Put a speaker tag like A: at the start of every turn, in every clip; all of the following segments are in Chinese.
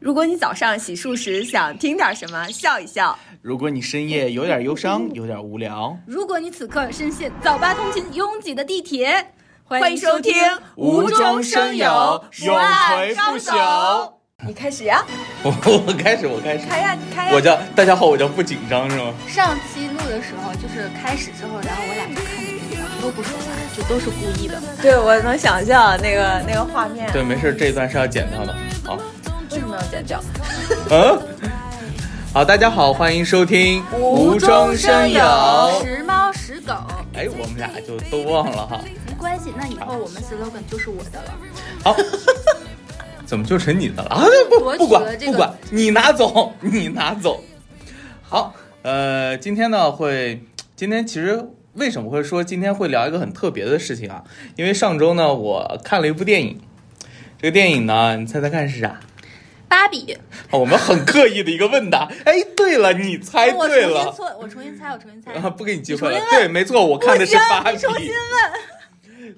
A: 如果你早上洗漱时想听点什么，笑一笑；
B: 如果你深
A: 哎
B: 夜有点忧
A: 嗯
B: 伤，有点无聊，
C: 如果你此刻深陷早八通勤拥挤的地铁，
A: 欢迎收听《
B: 无中生有永垂不朽》。
A: 你开始呀，
B: 我 我开始，我开始，
A: 开呀，你开呀！
B: 我叫大家好，我叫不紧张是吗？
C: 上期录的时候，就是开始之后，然后我俩就看着对方都不说话，就都是故意的。
A: 对我能想象那个那个画面，
B: 对，没事，这一段是要剪掉的。好，
A: 为什么要剪掉？
B: 嗯，好，大家好，欢迎收听《
A: 无中生有
C: 时猫时狗
B: 哎，我们俩就都忘了哈。
C: 没关系，那以后我们 slogan 就是我的了。
B: 好，怎么就成你的了啊？
C: 夺
B: 不
C: 取
B: 不
C: 了
B: 管
C: 这个
B: 不管，你拿走， 你拿走。好，呃，今天呢会，今天其实为什么会说今天会聊一个很特别的事情啊？因为上周呢我看了一部电影，这个电影呢，你猜猜看是啥？
C: 芭比，
B: 啊我们很刻意的一个问答。哎，对了，你猜
C: 我
B: 哎对
C: 重新
B: 了。
C: 错，我重新猜，我重新猜。
B: 啊，不给你机会
C: 你
B: 了
C: 重。新
B: 对，没错，我看的是芭比。
A: 重新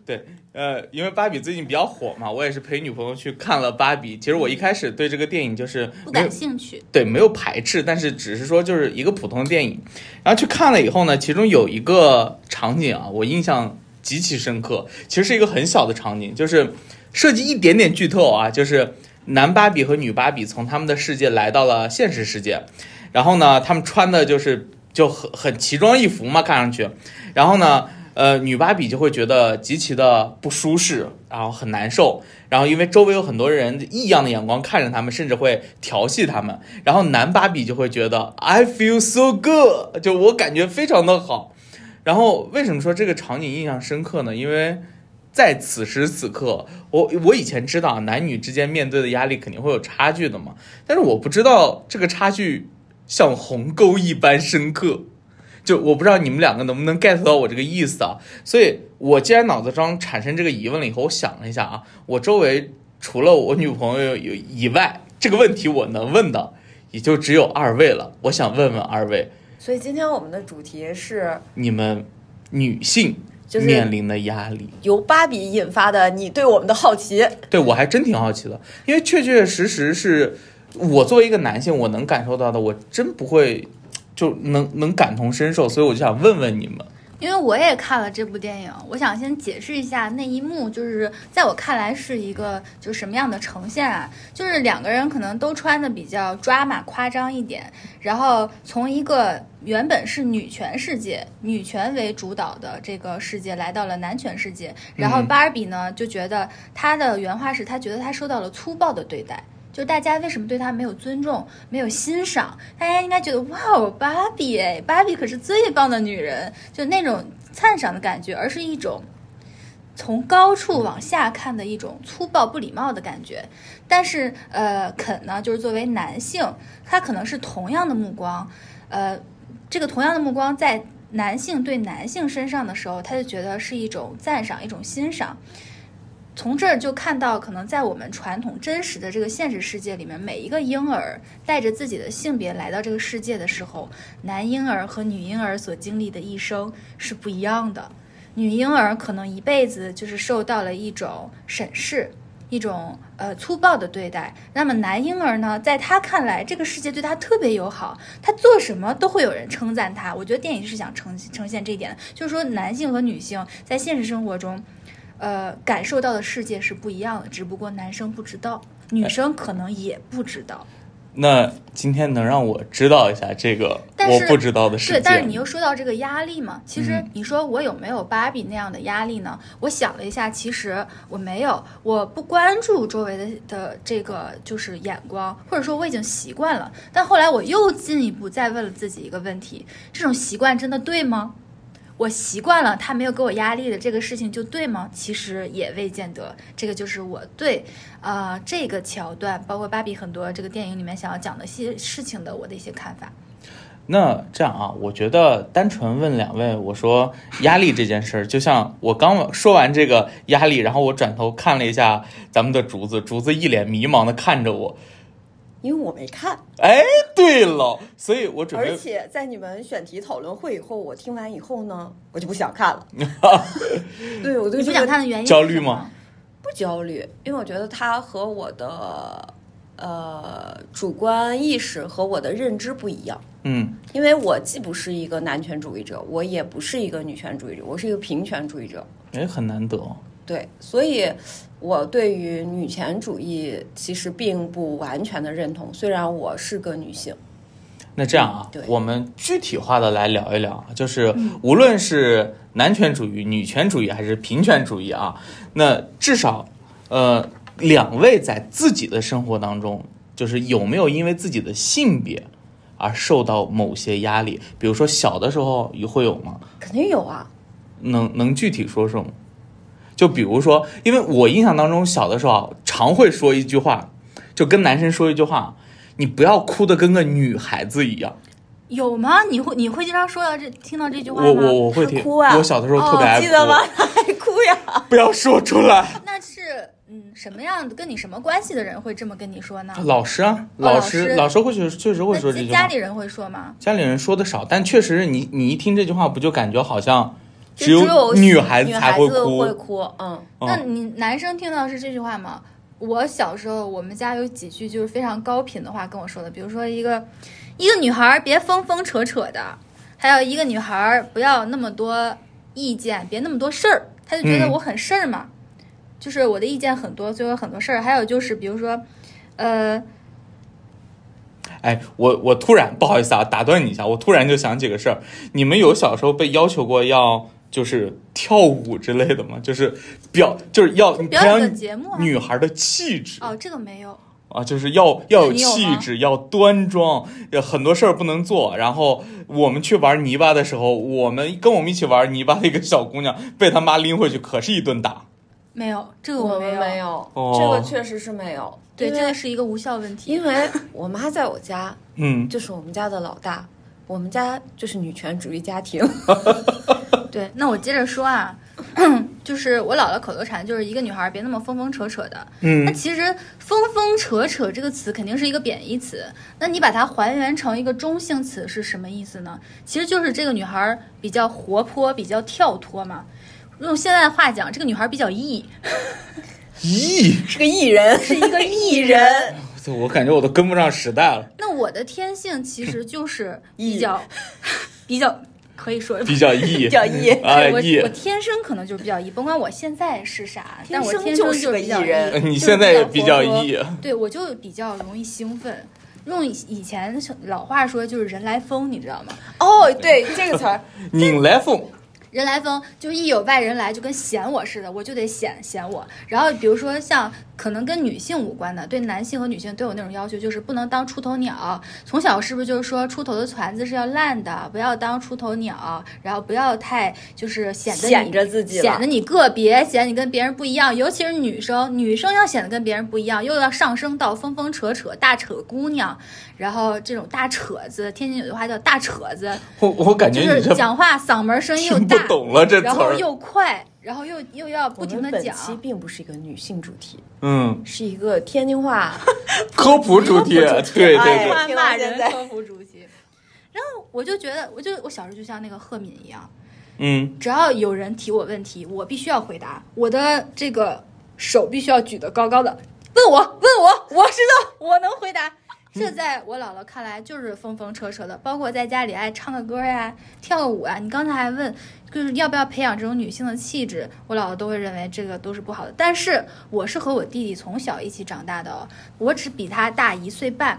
B: 对，呃，因为芭比最近比较火嘛，我也是陪女朋友去看了芭比。其实我一开始对这个电影就是
C: 不
B: 没有
C: 感兴趣，
B: 对没有排斥，但是只是说就是一个普通的电影。然后去看了以后呢，其中有一个场景啊，我印象极其深刻。其实是一个很小的场景，就是涉及一点点剧透啊，就是男芭比和女芭比从他们的世界来到了现实世界，然后呢，他们穿的就是就很很奇装异服嘛，看上去，然后呢。呃，女芭比就会觉得极其的不舒适，然后很难受，然后因为周围有很多人异样的眼光看着他们，甚至会调戏他们。然后男芭比就会觉得 I feel so good，就我感觉非常的好。然后为什么说这个场景印象深刻呢？因为在此时此刻，我我以前知道男女之间面对的压力肯定会有差距的嘛，但是我不知道这个差距像鸿沟一般深刻。就我不知道你们两个能不能 get 到我这个意思啊，所以我既然脑子中产生这个疑问了以后，我想了一下啊，我周围除了我女朋友有以外，这个问题我能问的也就只有二位了。我想问问二位，
A: 所以今天我们的主题是
B: 你们女性
A: 就是
B: 面临的压力，
A: 由芭比引发的你对我们的好奇。
B: 对我还真挺好奇的，因为确确实实是我作为一个男性，我能感受到的，我真不会就能能感同身受，所以我就想问问你们，
C: 因为我也看了这部电影，我想先解释一下那一幕，就是在我看来是一个就是什么样的呈现啊？就是两个人可能都穿的比较抓马夸张一点，然后从一个原本是女权世界、女权为主导的这个世界来到了男权世界，然后
B: 嗯
C: 芭比呢就觉得她的原话是她觉得她受到了粗暴的对待。就是大家为什么对她没有尊重、没有欣赏？大家应该觉得哇哦，芭比哎，芭比可是最棒的女人，就那种赞赏的感觉，而是一种从高处往下看的一种粗暴不礼貌的感觉。但是呃，肯呢，就是作为男性，他可能是同样的目光，呃，这个同样的目光在男性对男性身上的时候，他就觉得是一种赞赏，一种欣赏。从这儿就看到，可能在我们传统真实的这个现实世界里面，每一个婴儿带着自己的性别来到这个世界的时候，男婴儿和女婴儿所经历的一生是不一样的。女婴儿可能一辈子就是受到了一种审视，一种呃粗暴的对待。那么男婴儿呢，在他看来，这个世界对他特别友好，他做什么都会有人称赞他。我觉得电影是想呈呈现这一点的，就是说男性和女性在现实生活中，呃，感受到的世界是不一样的，只不过男生不知道，女生可能也不知道。
B: 那今天能让我知道一下这个
C: 但
B: 我
C: 是
B: 不知道的世界
C: 对，
B: 吗？
C: 但是你又说到这个压力嘛，其实
B: 嗯
C: 你说我有没有芭比那样的压力呢？我想了一下，其实我没有，我不关注周围的的这个就是眼光，或者说我已经习惯了。但后来我又进一步再问了自己一个问题：这种习惯真的对吗？我习惯了他没有给我压力的这个事情就对吗？其实也未见得，这个就是我对，呃，这个桥段，包括芭比很多这个电影里面想要讲的一些事情的我的一些看法。
B: 那这样啊，我觉得单纯问两位，我说压力这件事儿，就像我刚说完这个压力，然后我转头看了一下咱们的竹子，竹子一脸迷茫的看着我。
A: 因为我没看，
B: 哎，对了，所以我准备
A: 而且在你们选题讨论会以后，我听完以后呢，我就不想看 了。对，我对这
C: 你不
A: 个
C: 想看的原因是
B: 焦虑
C: 什么
B: 吗？
A: 不焦虑，因为我觉得它和我的呃主观意识和我的认知不一样，
B: 嗯
A: 因为我既不是一个男权主义者，我也不是一个女权主义者，我是一个平权主义者。
B: 哎，很难得哦，
A: 对，所以我对于女权主义其实并不完全的认同，虽然我是个女性。
B: 那这样啊
A: 对，
B: 我们具体化的来聊一聊，就是无论是男权主义、女权主义还是平权主义啊，那至少，呃，两位在自己的生活当中，就是有没有因为自己的性别而受到某些压力？比如说小的时候也会有吗？
A: 肯定有啊，
B: 能能具体说说吗？就比如说，因为我印象当中小的时候啊，常会说一句话，就跟男生说一句话，你不要哭得跟个女孩子一样。
C: 有吗？你会你会经常说到这听到这句话吗？
B: 我我我会
A: 他
B: 听，
A: 哭啊
B: 我小的时候特别
A: 哦、
B: 爱哭，
A: 记得吗？ 还哭 呀？
B: 不要说出来。
C: 那是嗯什么样的跟你什么关系的人会这么跟你说呢？
B: 老师啊，
C: 哦
B: 老
C: 老
B: 师，
C: 师
B: 老师会确实确实会
C: 那
B: 说这句
C: 家
B: 话
C: 里。人会说吗？
B: 家里人说的少，但确实你你一听这句话，不就感觉好像
A: 就只
B: 有女
A: 女
B: 孩子才
A: 会
B: 哭？
A: 哭，嗯，
B: 嗯
C: 那你男生听到是这句话吗？我小时候，我们家有几句就是非常高频的话跟我说的，比如说一个一个女孩儿别疯疯扯扯的，还有一个女孩儿不要那么多意见，别那么多事儿。他就觉得
B: 嗯
C: 我很事儿嘛，就是我的意见很多，所以我有很多事儿。还有就是比如说，呃，
B: 哎，我我突然不好意思啊，打断你一下，我突然就想起个事儿，你们有小时候被要求过要就是跳舞之类的吗？就是表就是要培
C: 表演的
B: 养
C: 节目啊，
B: 女孩的气质
C: 哦，这个没有，
B: 啊，就是要要有
C: 你有
B: 气
C: 吗
B: 质，要端庄，要很多事儿不能做。然后我们去玩泥巴的时候，我们跟我们一起玩泥巴的一个小姑娘被她妈拎回去，可是一顿打。
C: 没有，这个
A: 我
C: 没
A: 们
C: 有。
A: 没有，
B: 哦
A: 这个确实是没有。
C: 对，
A: 因
C: 这
A: 为
C: 个是一个无效问题。
A: 因为我妈在我家
B: 嗯，
A: 就是我们家的老大，我们家就是女权主义家庭。
C: 对，那我接着 说啊，就是我姥姥口头禅就是一个女孩儿别那么疯疯扯扯的。那
B: 嗯，
C: 其实“疯疯扯扯”这个词肯定是一个贬义词，那你把它还原成一个中性词是什么意思呢？其实就是这个女孩儿比较活泼，比较跳脱嘛。用现在的话讲，这个女孩儿比较异，
B: 咦，
A: 是个艺人，
C: 是一个
A: 艺人，
B: 我操我感觉我都跟不上时代了，
C: 那我的天性其实就是
A: 异
C: 比较比较可以说
B: 比较异
A: 叫艺。
B: 啊
C: 我
B: 异
C: 我。天生可能就是比较 E，异，甭管我现在是啥，
A: 天
C: 但我
A: 生
C: 天
A: 就
C: 生
A: 是
C: 就
A: 个
C: 是比
A: 艺
C: 较
A: 人
C: 异
B: 呃，你
C: 就是
B: 现在也比
C: 比
B: 较 E
C: 较
B: 异
C: 活，泼。对，我就比较容易兴奋。用以以前老话说就是“人来疯”，你知道吗？
A: 哦，对这个词儿，
B: 拧来凤，
C: 人来疯，就一有外人来，就跟显我似的，我就得显显我。然后比如说像可能跟女性无关的，对男性和女性都有那种要求，就是不能当出头鸟。从小是不是就是说出头的船子是要烂的，不要当出头鸟，然后不要太就是显得你
A: 显着自己了
C: 显得你个别，显得你跟别人不一样。尤其是女生，女生要显得跟别人不一样，又要上升到风风扯扯、大扯姑娘，然后这种大扯子，天津有句话叫大扯子，
B: 我我感
C: 就
B: 觉你
C: 是
B: 这
C: 讲话嗓门声音又
B: 听不
C: 大。
B: 懂了 这词
C: 然后
B: 儿。
C: 又快，然后又又要不停
A: 我
C: 的
A: 们本
C: 讲，
A: 期并不是一个女性主题，
B: 嗯，
A: 是一个天津话。
B: 科普主题，对对
A: 哎
B: 对。
A: 对
C: 骂
A: 听
C: 人
A: 到现在
C: 科普主席。然后我就觉得，我就我小时候就像那个赫敏一样，
B: 嗯，
C: 只要有人提我问题，我必须要回答，我的这个手必须要举得高高的，问我问我，我知道我能回答。这在我姥姥看来就是风风车车的，包括在家里爱唱个歌呀、跳个舞啊。你刚才还问，就是要不要培养这种女性的气质，我姥姥都会认为这个都是不好的。但是我是和我弟弟从小一起长大的哦，我只比他大一岁半，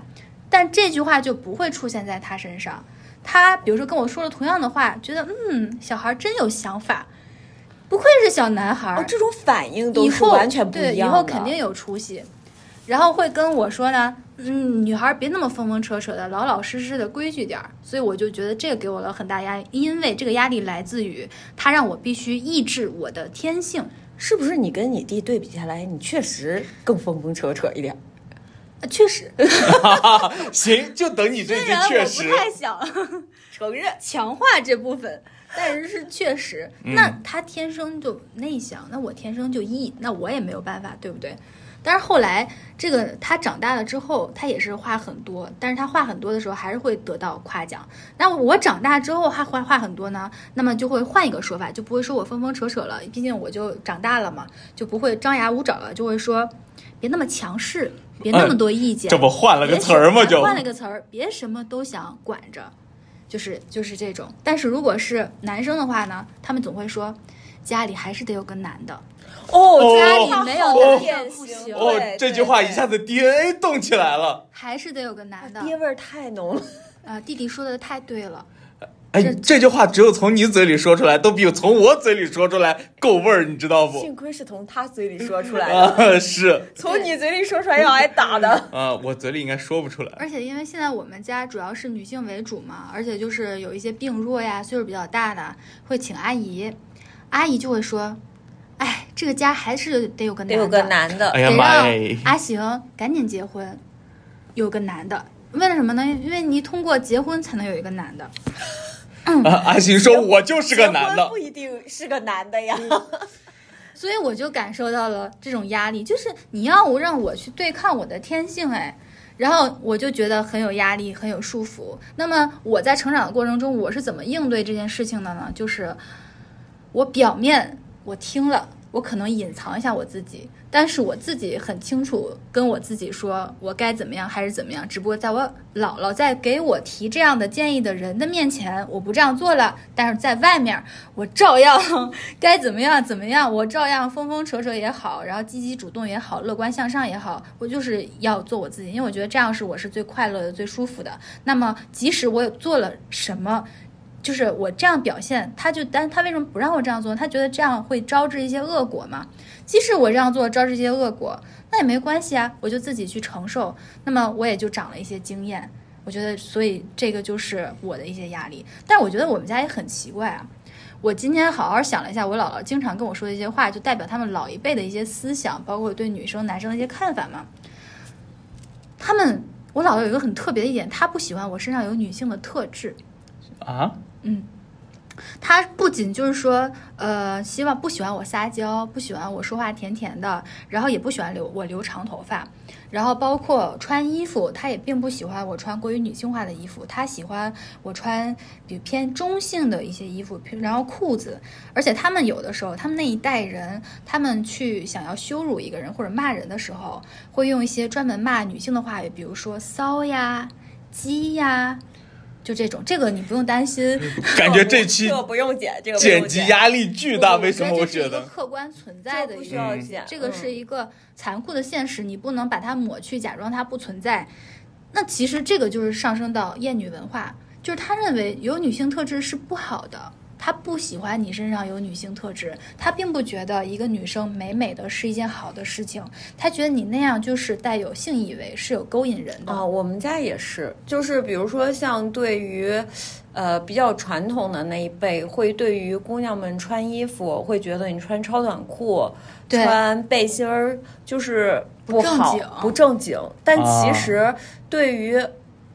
C: 但这句话就不会出现在他身上。他比如说跟我说了同样的话，觉得嗯，小孩真有想法，不愧是小男孩儿。
A: 哦，这种反应都
C: 以
A: 是
C: 后
A: 完全不一样
C: 对，以
A: 的
C: 后肯定有出息。然后会跟我说呢，嗯，女孩别那么风风扯扯的，老老实实的，规矩点儿。所以我就觉得这个给我了很大压力，因为这个压力来自于他让我必须抑制我的天性。
A: 是不是你跟你弟对比下来，你确实更风风扯扯一点？
C: 呃确实，
B: 行，就等你这
C: 虽
B: 句
C: 然我
B: 确
C: 不
B: 实。
C: 太想
A: 承认。
C: 强化这部分，但是是确
B: 嗯
C: 实。那他天生就内向，那我天生就 E，那我也没有办法，对不对？但是后来这个他长大了之后，他也是话很多，但是他话很多的时候还是会得到夸奖。那我长大之后还话话很多呢，那么就会换一个说法，就不会说我疯疯扯扯了，毕竟我就长大了嘛，就不会张牙舞爪了，就会说别那么强势，别那么多意见，
B: 嗯这不换了个词儿吗？
C: 别什
B: 就
C: 换了个词儿，别什么都想管着，就是就是这种。但是如果是男生的话呢，他们总会说家里还是得有个男的，
A: 哦，
B: 哦
A: 家里没有
B: 哦
A: 男人不行。
B: 哦
A: 对，啊
B: 这句话一下子 DNA 动起来了。
C: 还是得有个男的。
A: 爹味儿太浓了。
C: 啊，弟弟说的太对了，
B: 哎
C: 这，
B: 这句话只有从你嘴里说出来，都比从我嘴里说出来够味儿，你知道不？
A: 幸亏是从他嘴里说出来的，
B: 啊，是，
A: 从你嘴里说出来要挨打的。
B: 啊，我嘴里应该说不出来。
C: 而且因为现在我们家主要是女性为主嘛，而且就是有一些病弱呀、岁数比较大的，会请阿姨，阿姨就会说，哎，这个家还是得有个男
A: 得
C: 的，
A: 有个男的
B: 哎，呀
C: 得
B: 妈
C: 让
B: 呀！
C: 阿行赶紧结婚，有个男的，为了什么呢？因为你通过结婚才能有一个男的，
B: 啊阿星说：“我就是个男
A: 结婚
B: 的
A: 不。一定是个男的呀。
C: 所以我就感受到了这种压力，就是你要我让我去对抗我的天性，哎，然后我就觉得很有压力，很有束缚。那么我在成长的过程中，我是怎么应对这件事情的呢？就是我表面我听了，我可能隐藏一下我自己，但是我自己很清楚跟我自己说，我该怎么样还是怎么样。只不过在我姥姥在给我提这样的建议的人的面前，我不这样做了，但是在外面我照样该怎么样怎么样，我照样疯疯扯扯也好，然后积极主动也好，乐观向上也好，我就是要做我自己，因为我觉得这样是我是最快乐的、最舒服的。那么即使我有做了什么。就是我这样表现，他就，但他为什么不让我这样做？他觉得这样会招致一些恶果嘛。即使我这样做招致一些恶果，那也没关系啊，我就自己去承受。那么我也就长了一些经验。我觉得，所以这个就是我的一些压力。但我觉得我们家也很奇怪啊。我今天好好想了一下，我姥姥经常跟我说的一些话，就代表他们老一辈的一些思想，包括对女生、男生的一些看法嘛。他们，我姥姥有一个很特别的一点，她不喜欢我身上有女性的特质。”
B: 啊，
C: 他不仅就是说，呃，希望不喜欢我撒娇，不喜欢我说话甜甜的，然后也不喜欢留我留长头发，然后包括穿衣服，他也并不喜欢我穿过于女性化的衣服，他喜欢我穿比如偏中性的一些衣服，然后裤子，而且他们有的时候，他们那一代人，他们去想要羞辱一个人或者骂人的时候，会用一些专门骂女性的话语，比如说骚呀、鸡呀。就这种，这个你不用担心，
B: 感觉这 期
A: 这个不用剪，这个不用
B: 剪辑压力 巨大，为什么
C: 我
B: 我
C: 觉
B: 觉
C: 得这是一个
B: 得？
C: 客观存在
A: 这
C: 的
A: 不
C: 一
A: 需
C: 个，
A: 要
B: 嗯
A: 剪，
C: 这个是
A: 嗯
C: 一个残酷的现实，你不能把它抹去，假装它不存在。那其实这个就是上升到厌女文化，就是他认为有女性特质是不好的。他不喜欢你身上有女性特质，他并不觉得一个女生美美的是一件好的事情，他觉得你那样就是带有性意味，是有勾引人的。
A: 啊、我们家也是，就是比如说像对于，呃，比较传统的那一辈，会对于姑娘们穿衣服，会觉得你穿超短裤、
C: 对
A: 穿背心儿就是
C: 不正
A: 好、不
C: 经
A: 正经。但
B: 啊
A: 其实对于，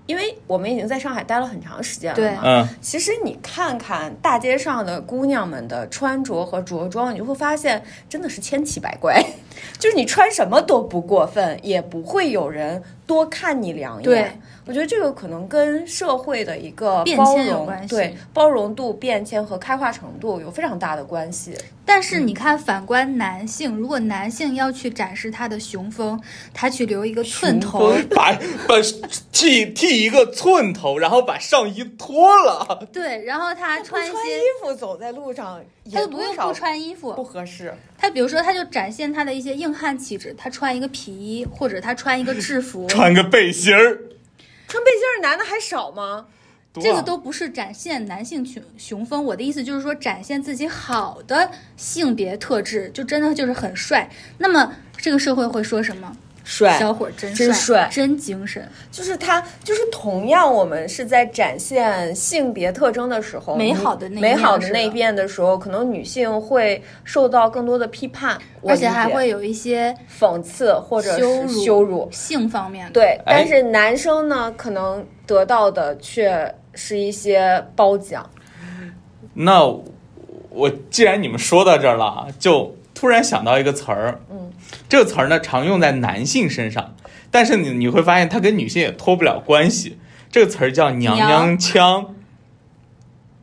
A: 因为我们已经在上海待了很长时间
C: 对
A: 了嘛，
B: 嗯，
A: 其实你看看大街上的姑娘们的穿着和着装，你就会发现真的是千奇百怪， 就是你穿什么都不过分，也不会有人多看你两
C: 对
A: 眼。我觉得这个可能跟社会的一个
C: 变
A: 包
C: 迁有
A: 容
C: 关系
A: 对包容度、变迁和开化程度有非常大的关系。
C: 但是你看，反观男性，如果男性要去展示他的雄风，他去留一个寸头，
B: 把把剃剃一个寸头，然后把上衣脱了。，
C: 对，然后他穿一
A: 不穿
C: 些
A: 衣服走在路上，
C: 他
A: 也
C: 就不用
A: 多少
C: 不穿衣
A: 不
C: 服，
A: 合适。
C: 他比如说他就展现他的一些硬汉气质，他穿一个皮衣或者他穿一个制服
B: 穿个背心儿，
A: 穿背心儿的男的还少吗？
B: 多
A: 啊
C: 这个都不是展现男性雄雄风。我的意思就是说，展现自己好的性别特质，就真的就是很帅。那么这个社会会说什么？
A: 帅
C: 小伙儿真
A: 真帅
C: 真精神，
A: 就是他，就是同样，我们是在展现性别特征的时候，
C: 美
A: 你
C: 好的那一
A: 美
C: 面
A: 好的
C: 是
A: 那一
C: 吧
A: 面的时候，可能女性会受到更多的批判，我
C: 而
A: 理
C: 且还
A: 解
C: 会有一些
A: 讽刺或者
C: 羞
A: 是
C: 辱、
A: 羞辱。
C: 性方面的。
A: 对，
B: 哎
A: 但是男生呢，可能得到的却是一些褒奖。
B: 那我既然你们说到这儿了，就突然想到一个词儿，
A: 嗯，
B: 这个词儿呢常用在男性身上，但是你你会发现它跟女性也脱不了关系。这个词儿叫娘娘腔，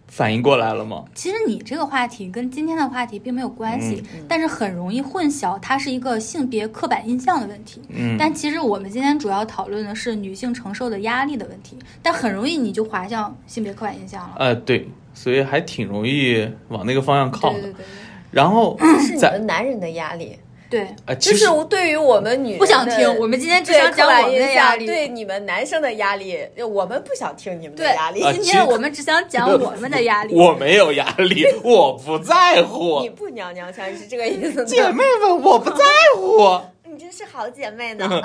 B: 反应过来了吗？
C: 其实你这个话题跟今天的话题并没有关系，
B: 嗯
C: 但是很容易混淆，它是一个性别刻板印象的问题。
B: 嗯，
C: 但其实我们今天主要讨论的是女性承受的压力的问题，但很容易你就滑向性别刻板印象了。
B: 呃，对，所以还挺容易往那个方向靠
C: 对
B: 的。
C: 对对
B: 然后
A: 是你
B: 在
A: 们男人的压力，
C: 对对，
B: 呃，
A: 这
B: 其实
A: 是对于我们女人
C: 不想
A: 的
C: 听，我们今天只
A: 对
C: 想
A: 刻
C: 讲
A: 板
C: 我们
A: 印
C: 的
A: 象
C: 压力。
A: 对你们男生的压力，我们不想听你们的
C: 对
A: 压力。
B: 啊
C: 今
B: 其实
C: 天我们只想讲我们的压力。
B: 我没有压力，我不在乎
A: 你。不娘娘腔是这个意思
B: 姐
A: 吗？
B: 妹们，我不在 乎。
A: 你真是好姐妹 呢。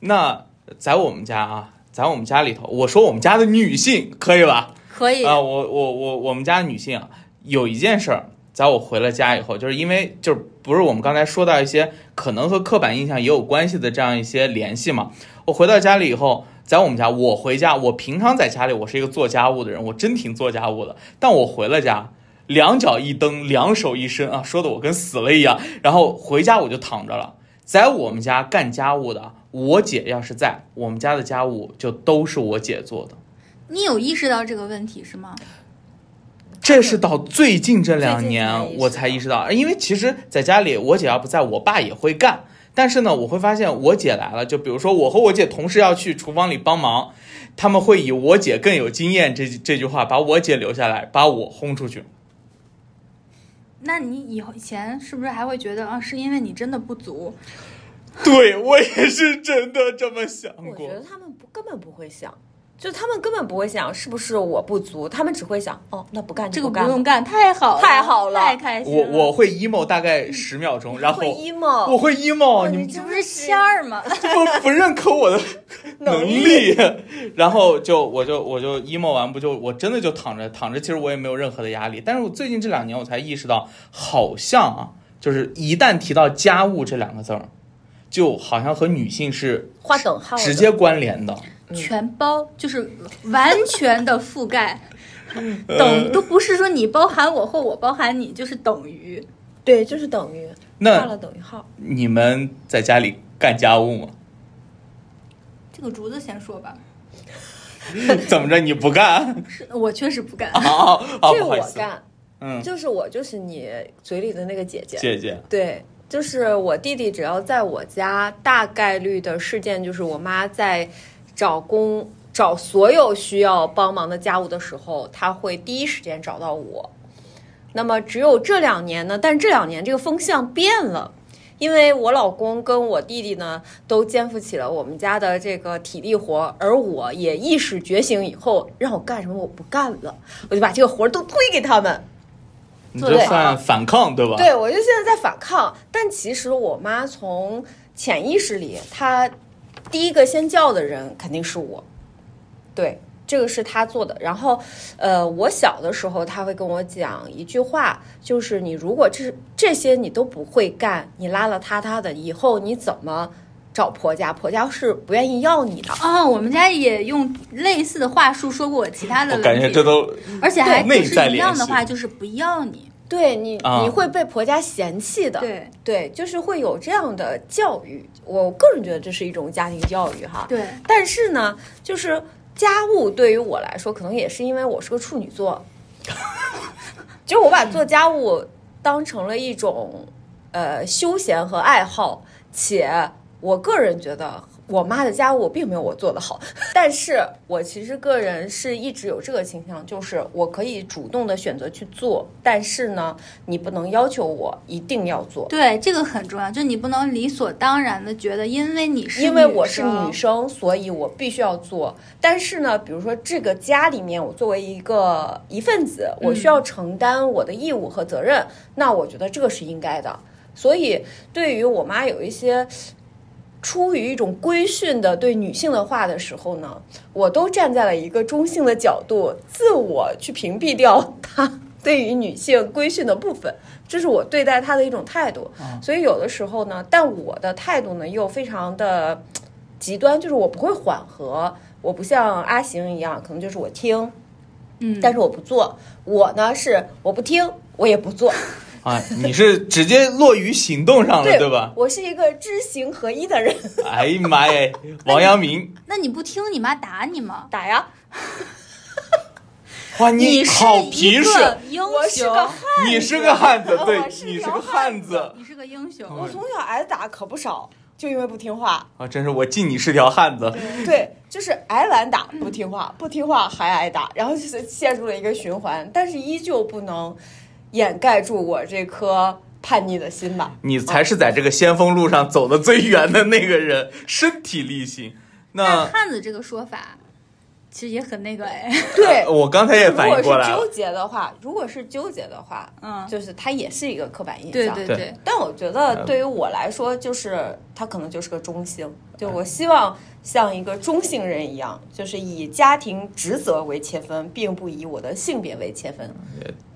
B: 那在我们家啊，在我们家里头，我说我们家的女性可以吧？
C: 可以，
B: 啊、我我我我们家的女性啊，有一件事儿，在我回了家以后，就是因为就是不是我们刚才说到一些可能和刻板印象也有关系的这样一些联系嘛。我回到家里以后，在我们家，我回家，我平常在家里我是一个做家务的人，我真挺做家务的，但我回了家。两脚一蹬，两手一伸啊，说的我跟死了一样。然后回家我就躺着了。在我们家干家务的啊，我姐要是在，我们家的家务就都是我姐做的。
C: 你有意识到这个问题是吗？
B: 这是到最近这两
A: 最
B: 年
A: 近才意识到
B: 我才意识到，因为其实在家里，我姐要不在，我爸也会干。但是呢，我会发现我姐来了，就比如说我和我姐同时要去厨房里帮忙，他们会以我姐更有经验这这句话把我姐留下来，把我轰出去。
C: 那你以后以前是不是还会觉得啊，是因为你真的不足？
B: 对我也是真的这么想
A: 我
B: 过
A: 觉。得他们不根本不会想，就他们根本不会想是不是我不足，他们只会想哦，那不干就
C: 这个不
A: 干了。
C: 用干，太好了，
A: 太好了
C: 太开心
B: 我
C: 了。
B: 我会 emo 大概十秒钟，然后哦
A: 会 emo，哦
B: 我会 emo，
A: 你
B: 你们
C: 这不是仙儿吗？
B: 不不认可我的能力，然后就我就我就 emo 完不就我真的就躺着躺着，其实我也没有任何的压力。但是我最近这两年我才意识到，好像啊，就是一旦提到家务这两个字儿，就好像和女性是
A: 画等号的
B: 直接关联的。
C: 全包就是完全的覆盖，嗯 等都不是说你包含我或我包含你，就是等于。
A: 对，就是等于画
B: 那
A: 了等于号。
B: 你们在家里干家务吗？
C: 这个竹子先说吧，
B: 怎么着你不干？
C: 是我确实不干
B: 啊，啊，啊
A: 哦这
B: 不好意
A: 我
B: 思，
A: 干，
B: 嗯，
A: 就是我就是你嘴里的那个姐姐。
B: 姐姐，
A: 对，就是我弟弟只要在我家，大概率的事件就是我妈在找工找所有需要帮忙的家务的时候，他会第一时间找到我。那么只有这两年呢，但这两年这个风向变了。因为我老公跟我弟弟呢，都肩负起了我们家的这个体力活，而我也意识觉醒以后，让我干什么我不干了，我就把这个活儿都推给他们。
B: 你
C: 做
B: 这
C: 得好
B: 算反抗对吧？
A: 对，我就现在在反抗，但其实我妈从潜意识里，她第一个先叫的人肯定是我，对，这个是她做的。然后，呃，我小的时候，她会跟我讲一句话，就是你如果这这些你都不会干，你邋邋遢遢的，以后你怎么找婆家？婆家是不愿意要你的。
C: 哦，我们家也用类似的话术说过我其他
B: 我
C: 的问题，
B: 感觉这都
C: 而且还就
B: 内
C: 是
B: 在
C: 一
B: 联
C: 样的
B: 系
C: 话，就是不要你。
A: 对你，
B: 啊
A: 你会被婆家嫌弃的。
C: 对
A: 对，就是会有这样的教育。我个人觉得这是一种家庭教育哈。
C: 对，
A: 但是呢，就是家务对于我来说，可能也是因为我是个处女座， 就是我把做家务当成了一种呃休闲和爱好，且我个人觉得。我妈的家务并没有我做的好，但是我其实个人是一直有这个倾向，就是我可以主动的选择去做，但是呢，你不能要求我一定要做，
C: 对，这个很重要，就你不能理所当然的觉得，因为你是
A: 因为我是
C: 生
A: 女生，所以我必须要做。但是呢，比如说这个家里面，我作为一个一份子，我
C: 嗯
A: 需要承担我的义务和责任，那我觉得这个是应该的。所以，对于我妈有一些出于一种规训的对女性的话的时候呢，我都站在了一个中性的角度，自我去屏蔽掉她对于女性规训的部分，这是我对待她的一种态度。
B: 啊
A: 所以有的时候呢，但我的态度呢又非常的嘖极端，就是我不会缓和，我不像阿行一样，可能就是我听，
C: 嗯，
A: 但是我不做。我呢是我不听，我也不做。
B: 啊，你是直接落于行动上了，对吧？
A: 我是一个知行合一的人，
B: 哎呀妈呀，王阳明，
C: 那你不听你妈打你吗？
A: 打呀！
B: 哇，
C: 是
B: 好皮
C: 一
B: 实，
C: 个英
A: 我是个
C: 雄，
A: 汉
B: 你是个汉子，对
A: 哦我，是
B: 你
A: 条
B: 是个汉子
C: 你是个英雄。
A: 我从小挨打可不少，就因为不听话。
B: 啊！真是我敬你是条汉子，
A: 对，就是挨完打不听话，不听话还挨打，然后就是陷入了一个循环，但是依旧不能掩盖住我这颗叛逆的心 吧。
B: 你才是在这个先锋路上走的最远的那个人，身体力行。
A: 嗯
C: 但
B: 那
C: 汉子这个说法，其实也很那个哎。
A: 对，
B: 呃我刚才也
A: 如
B: 反应
A: 果
B: 过来
A: 是
B: 了
A: 纠，结的话，如果是纠结的话，
C: 嗯
A: 就是它也是一个刻板印象。
C: 对对
B: 对
C: 对，
A: 但我觉
B: 嗯
A: 得对于我来说，就是他可能就是个中性，
B: 嗯
A: 就我希望像一个中性人一样，就是以家庭职责为切分，并不以我的性别为切
B: 嗯
A: 分。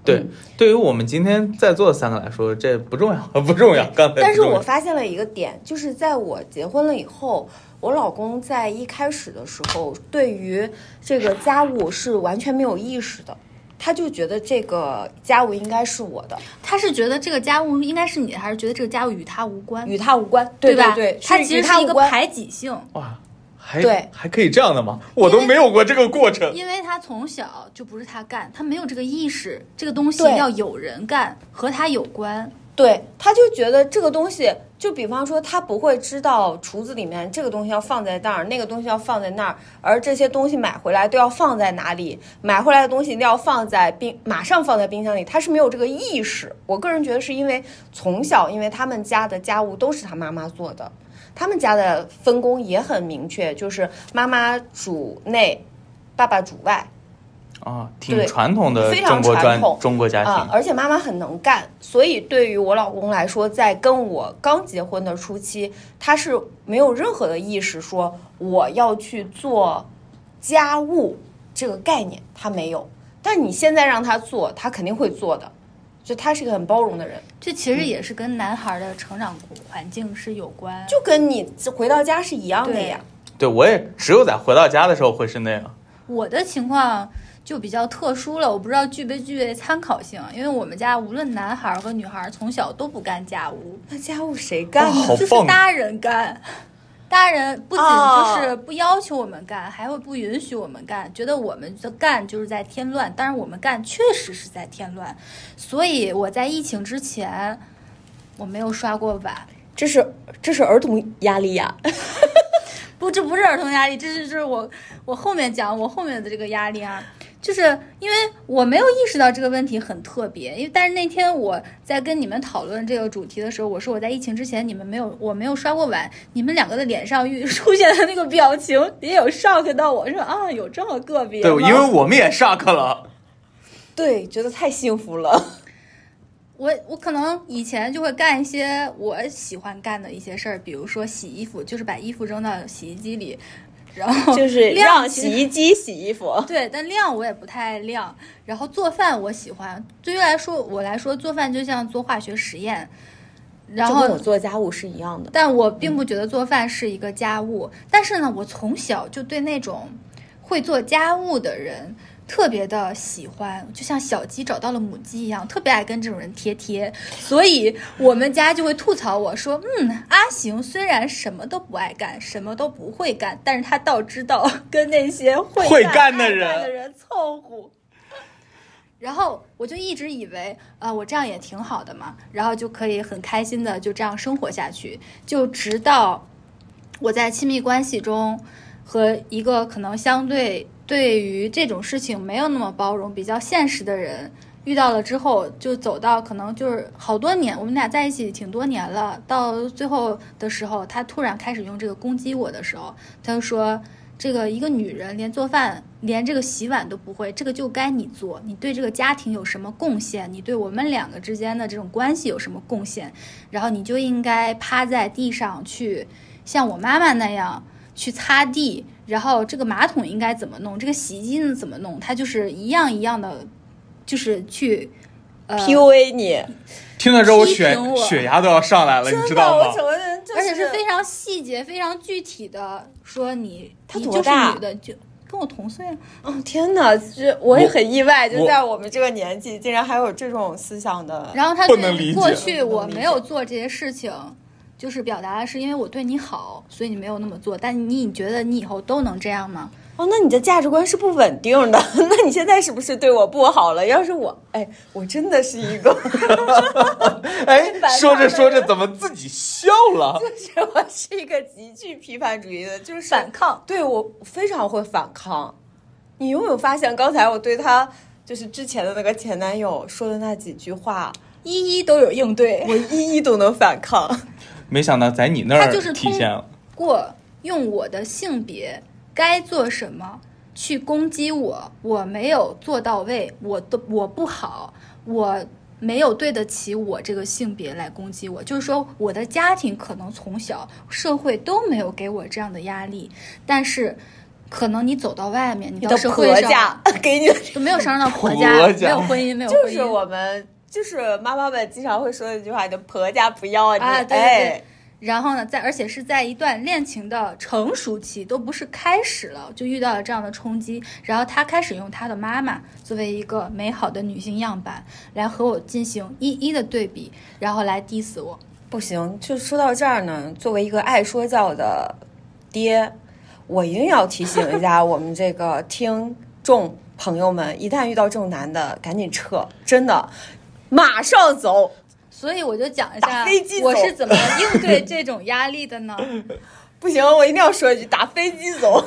B: 对，对于我们今天在座的三个来说，这不重要，不重要。 刚才不
A: 但是
B: 重要
A: 我发现了一个点，就是在我结婚了以后，我老公在一开始的时候，对于这个家务是完全没有意识的，他就觉得这个家务应该是我的，
C: 他是觉得这个家务应该是你的，还是觉得这个家务与他无关？
A: 与他无关，
C: 啊吧？
A: 吧？对，
C: 他
A: 是
C: 其
A: 与
C: 实
A: 他
C: 是一
A: 无
C: 个
A: 关。
C: 排挤性，
B: 哇，还
A: 对
B: 还可以这样的吗？我都没有过这个过程。
C: 因为他从小就不是他干，他没有这个意识，这个东西
A: 对
C: 要有人干，和他有关。
A: 对，他就觉得这个东西，就比方说他不会知道厨子里面这个东西要放在那儿，那个东西要放在那儿，而这些东西买回来都要放在哪里，买回来的东西一定要放在冰，马上放在冰箱里，他是没有这个意识。我个人觉得是因为从小，因为他们家的家务都是他妈妈做的，他们家的分工也很明确，就是妈妈主内，爸爸主外。
B: 啊，挺
A: 对
B: 传统的
A: 非常
B: 中国
A: 传
B: 专
A: 统
B: 中国家
A: 啊
B: 庭，，
A: 而且妈妈很能干，所以对于我老公来说，在跟我刚结婚的初期，他是没有任何的意识说我要去做家务这个概念，他没有。但你现在让他做，他肯定会做的，就他是一个很包容的人，
C: 这其实也是跟男孩的成长环境是有关。
A: 就跟你回到家是一样的
C: 对
A: 呀。
B: 对我也只有在回到家的时候会是那样。
C: 我的情况就比较特殊了，我不知道具不具备参考性，因为我们家无论男孩和女孩从小都不干家务，
A: 那家务谁干
B: 哇
A: 呢？
B: 哦好
C: 就是
B: 棒
C: 大人干。大人不仅
A: 哦
C: 就是不要求我们干，还会不允许我们干，觉得我们的干就是在添乱。当然，我们干确实是在添乱，所以我在疫情之前，我没有刷过碗。
A: 这是这是儿童压力呀、
C: 不，这不是儿童压力，这是这是我我后面讲我后面的这个压力啊，就是因为我没有意识到这个问题很特别，因为但是那天我在跟你们讨论这个主题的时候，我说我在疫情之前你们没有我没有刷过碗，你们两个的脸上遇 出现的那个表情也有 shock 到我，说啊有这么个别
B: 对，
C: 吗
B: 因为我们也 shock 了。
A: 对，觉得太幸福了。
C: 我我可能以前就会干一些我喜欢干的一些事儿，比如说洗衣服，就是把衣服扔到洗衣机里，然后
A: 就是
C: 晾
A: 让
C: 起
A: 洗衣机洗衣服，
C: 对，但晾我也不太爱晾。然后做饭我喜欢，对于来说我来说做饭就像做化学实验，然
A: 就跟我
C: 后。
A: 做家务是一样的。
C: 但我并不觉得做饭是一个家务，但是呢，我从小就对那种会做家务的人特别的喜欢，就像小鸡找到了母鸡一样，特别爱跟这种人贴贴。所以我们家就会吐槽我说：“嗯，阿行虽然什么都不爱干，什么都不会干，但是他倒知道 跟那些会
B: 会
C: 干
B: 干的
C: 爱
B: 人
C: 的人凑合。”然后我就一直以为，呃，我这样也挺好的嘛，然后就可以很开心的就这样生活下去。就直到我在亲密关系中和一个可能相对对于这种事情没有那么包容、比较现实的人遇到了之后，就走到可能就是好多年，我们俩在一起挺多年了，到最后的时候，他突然开始用这个攻击我的时候，他就说。这个一个女人连做饭、连这个洗碗都不会，这个就该你做。你对这个家庭有什么贡献？你对我们两个之间的这种关系有什么贡献？然后你就应该趴在地上去，像我妈妈那样去擦地。然后这个马桶应该怎么弄？这个洗衣机呢怎么弄？它就是一样一样的，就是去，呃，
A: PUA 你，
B: 听到这儿，我
C: 批
B: 血
C: 评我
B: 血压都要上来了，呃你知道吗？
A: 个人就
C: 而且是非常细节、非常具体的说你，
A: 她
C: 你
A: 多
C: 就是
A: 大
C: 女的就跟我同岁啊，
A: 哦天哪，这我也
B: 我
A: 很意外，就
B: 我
A: 在我们这个年纪，竟然还有这种思想的。
C: 然后他
B: 不
C: 对
B: 能理解
C: 过去
A: 不
C: 我
A: 能理解
C: 没有做这些事情，就是表达的是因为我对你好，所以你没有那么做。但你你觉得你以后都能这样吗？
A: 哦，那你的价值观是不稳定的。 那你现在是不是对我不好了？要是我，哎，我真的是一个，
B: 哎
A: 白，
B: 说着
A: 忙
B: 说
A: 的
B: 着怎么自己笑了？
A: 就是我是一个极具批判主义的，就是
C: 反抗。
A: 对我非常会反抗。你有没有发现，刚才我对他就是之前的那个前男友说的那几句话，
C: 一一都有应对，
A: 我一一都能反抗。
B: 没想到在你那
C: 他
B: 儿
C: 就是
B: 体
C: 通
B: 现了。
C: 过用我的性别该做什么去攻击我，我没有做到位，我的我不好，我没有对得起我这个性别来攻击我。就是说，我的家庭可能从小社会都没有给我这样的压力，但是可能你走到外面，你
A: 你
C: 到
A: 的
C: 社
A: 婆
C: 会
A: 家
C: 上
A: 给你的
C: 就没有上升到婆
B: 婆
C: 家，
B: 家
C: 没有婚姻，没有婚
A: 就
C: 姻。
A: 是我们就是妈妈们经常会说的一句话：“你的婆家不要你。
C: 啊对对对
A: 哎
C: 然后呢，在而且是在一段恋情的成熟期，都不是开始了，就遇到了这样的冲击。然后他开始用他的妈妈作为一个美好的女性样板，来和我进行一一的对比，然后来 diss 我。
A: 不行，就说到这儿呢。作为一个爱说教的爹，我一定要提醒一下我们这个听众朋友们，一旦遇到这种男的，赶紧撤，真的，马上走。
C: 所以我就讲一
A: 打
C: 下
A: 飞机走
C: 我是怎么应对这种压力的 呢？
A: 不行，我一定要说一句，打飞机走。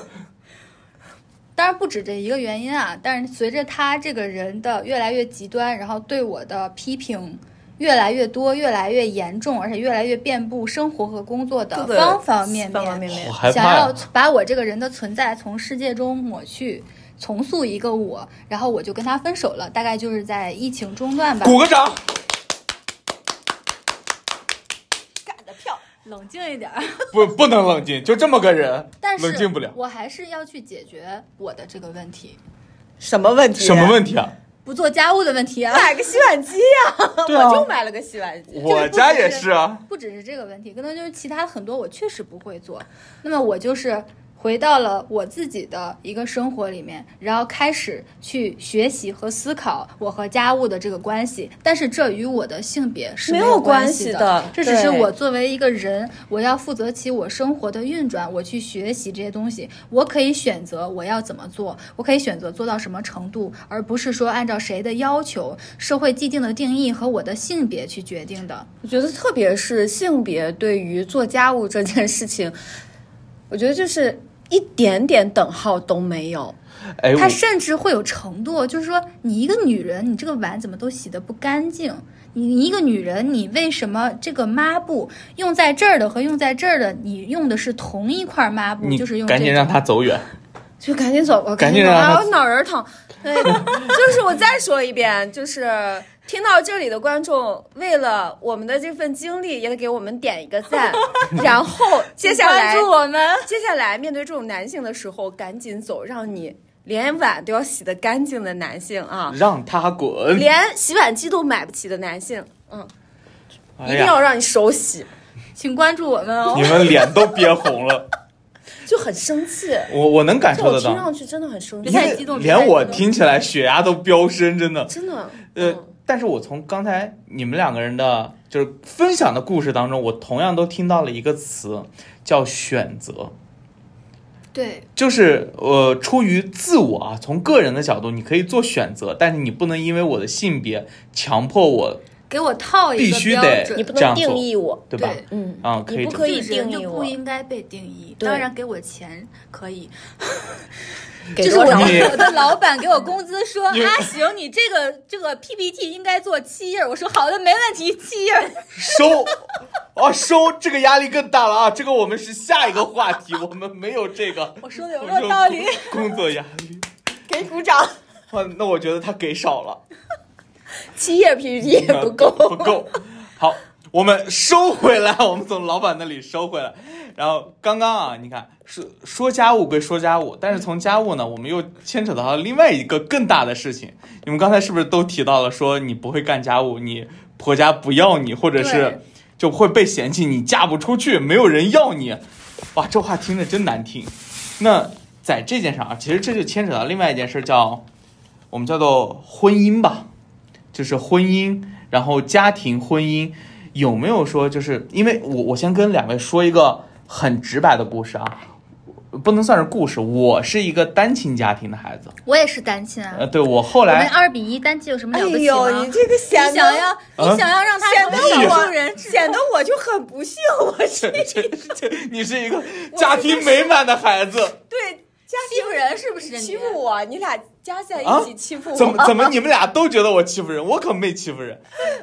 C: 当然不止这一个原因啊，但是随着他这个人的越来越极端，然后对我的批评越来越多、越来越严重，而且越来越遍布生活和工作的
A: 各个
C: 方方面面，
A: 方方面面
B: 好。害
C: 想
B: 怕
C: 要
B: 呀！
C: 把我这个人的存在从世界中抹去，重塑一个我，然后我就跟他分手了，大概就是在疫情中断吧。
B: 鼓个掌。
A: 干得漂亮！
C: 冷静一点 儿，
B: 不，不能冷静，就这么个人，
C: 但是
B: 冷静不了。
C: 我还是要去解决我的这个问题，
A: 什么问题？
B: 什么问题啊？
C: 不做家务的问题啊。
A: 买个洗碗机呀、
B: 对啊
A: 我就买了个洗碗机。
B: 我家也是啊。
C: 不只是这个问题，可能就是其他很多我确实不会做。那么我就是回到了我自己的一个生活里面，然后开始去学习和思考我和家务的这个关系。但是这与我的性别是
A: 没有
C: 有
A: 关系
C: 系
A: 的
C: 这只是
A: 对
C: 我作为一个人，我要负责起我生活的运转，我去学习这些东西，我可以选择我要怎么做，我可以选择做到什么程度，而不是说按照谁的要求、社会既定的定义和我的性别去决定的。
A: 我觉得，特别是性别对于做家务这件事情，我觉得就是一点点等号都没有。
B: 哎，我
C: 它甚至会有程度，就是说，你一个女人，你这个碗怎么都洗得不干净？你你一个女人，你为什么这个抹布用在这儿的和用在这儿的，你用的是同一块抹布，
B: 你
C: 就是用
B: 赶
C: 这
B: 紧
C: 种
B: 让他走远。
A: 就赶紧走吧，
B: 赶紧
A: 紧走吧，
B: 让他
A: 啊我脑仁儿疼。对， 就是我再说一遍，就是听到这里的观众，为了我们的这份经历，也得给我们点一个 赞。然后接下来
C: 关注我们，
A: 接下来面对这种男性的时候，赶紧走，让你连碗都要洗得干净的男性啊，
B: 让他滚！
A: 连洗碗机都买不起的男性，嗯，一
B: 哎
A: 定
B: 呀，
A: 要让你手洗，
C: 请关注我们哦
B: 你。们脸都憋红 了。
A: 就很生气。
B: 我我能感
A: 就
B: 受
A: 我
B: 得
A: 听
B: 到，
A: 上去真的很生气，
C: 别太激动别太
B: 连我
C: 激动
B: 听起来血压都飙升，真的。
A: 真的，
B: 呃，
A: 嗯
B: 但是我从刚才你们两个人的就是分享的故事当中，我同样都听到了一个词，叫选择。
C: 对，
B: 就是呃，出于自我啊，从个人的角度，你可以做选择，但是你不能因为我的性别强迫我，
C: 给我套一
B: 必
C: 个
B: 须
C: 标
B: 得
C: 准，
A: 你不
B: 这样
A: 能
B: 做
A: 定义我，
B: 对吧？
C: 对
A: 嗯，
B: 啊，可以
A: 你不
B: 这
A: 可
B: 么
A: 以
C: 这人
A: 定义
C: 就
A: 我
C: 不应该被定义。
A: 对
C: 当然，给我钱可以，
A: 给
C: 就是
A: 多
C: 我
A: 少？
B: 你
C: 我的老板给我工资说
B: 因为
C: 啊，行，你这个这个 PPT 应该做七页儿，我说好的，没问题，七页儿。
B: 收。哦，收这个压力更大了啊！这个我们是下一个话题，我们没有这个。
C: 我说的有没有道理？
B: 工作压力，
A: 给鼓掌，
B: 哇，那我觉得他给少了。
A: 七页
B: 嗯
A: PPT 也不
B: 不
A: 够。
B: 够。好，我们收回来， 我们从老板那里收回来。然后刚刚啊，你看说说家务归说家务，但是从家务呢，我们又牵扯到了另外一个更大的事情。你们刚才是不是都提到了说你不会干家务，你婆家不要你，或者是
C: 对
B: 就会被嫌弃，你嫁不出去，没有人要你。哇，这话听着真难听。那在这件事上啊，其实这就牵扯到另外一件事，叫我们叫做婚姻吧，就是婚姻，然后家庭婚姻有没有说，就是因为我我先跟两位说一个很直白的故事啊，不能算是故事，我是一个单亲家庭的孩子，
C: 我也是单亲啊。
B: 呃，对我后
C: 我们
B: 来
C: 二比一单亲有什么
A: 哎
C: 了不起
A: 呦，
C: 吗？
A: 你这个显
C: 你
A: 得
C: 想要
B: 啊
C: 你想要让他
A: 显
C: 成
A: 得
C: 为少数
A: 我
C: 人，
A: 显得我就很不幸，我是
B: 你是一个家庭美满的孩子，
A: 对家
C: 欺负人是不是？
A: 庭
C: 你
A: 欺负我，你俩加在
B: 啊
A: 一起欺负我，
B: 怎么怎么你们俩都觉得我欺负人，我可没欺负人。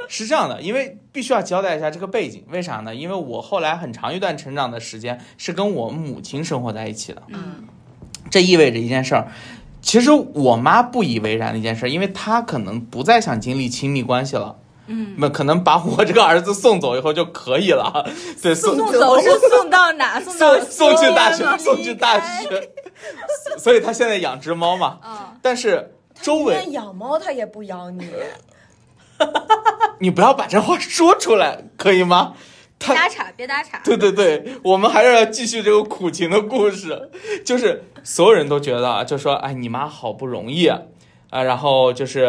B: 是这样的，因为必须要交代一下这个背景，为啥呢？因为我后来很长一段成长的时间是跟我母亲生活在一起的，
C: 嗯，
B: 这意味着一件事儿。其实我妈不以为然的一件事，因为她可能不再想经历亲密关系了，
C: 嗯，
B: 那可能把我这个儿子送走以后就可以了。对，送
C: 送走是送到哪？送到
B: 送送去大
C: 苏州吗
B: 学，送去大。学，所以他现在养只猫嘛。
C: 啊，
B: 但是周
A: 他宁
B: 围，
A: 愿养猫，他也不养你。
B: 你不要把这话说出来，可以吗？
C: 别
B: 他
C: 打岔，别打岔。
B: 对对对，我们还是要继续这个苦情的故事，就是所有人都觉得啊，就说哎，你妈好不容易啊，然后就是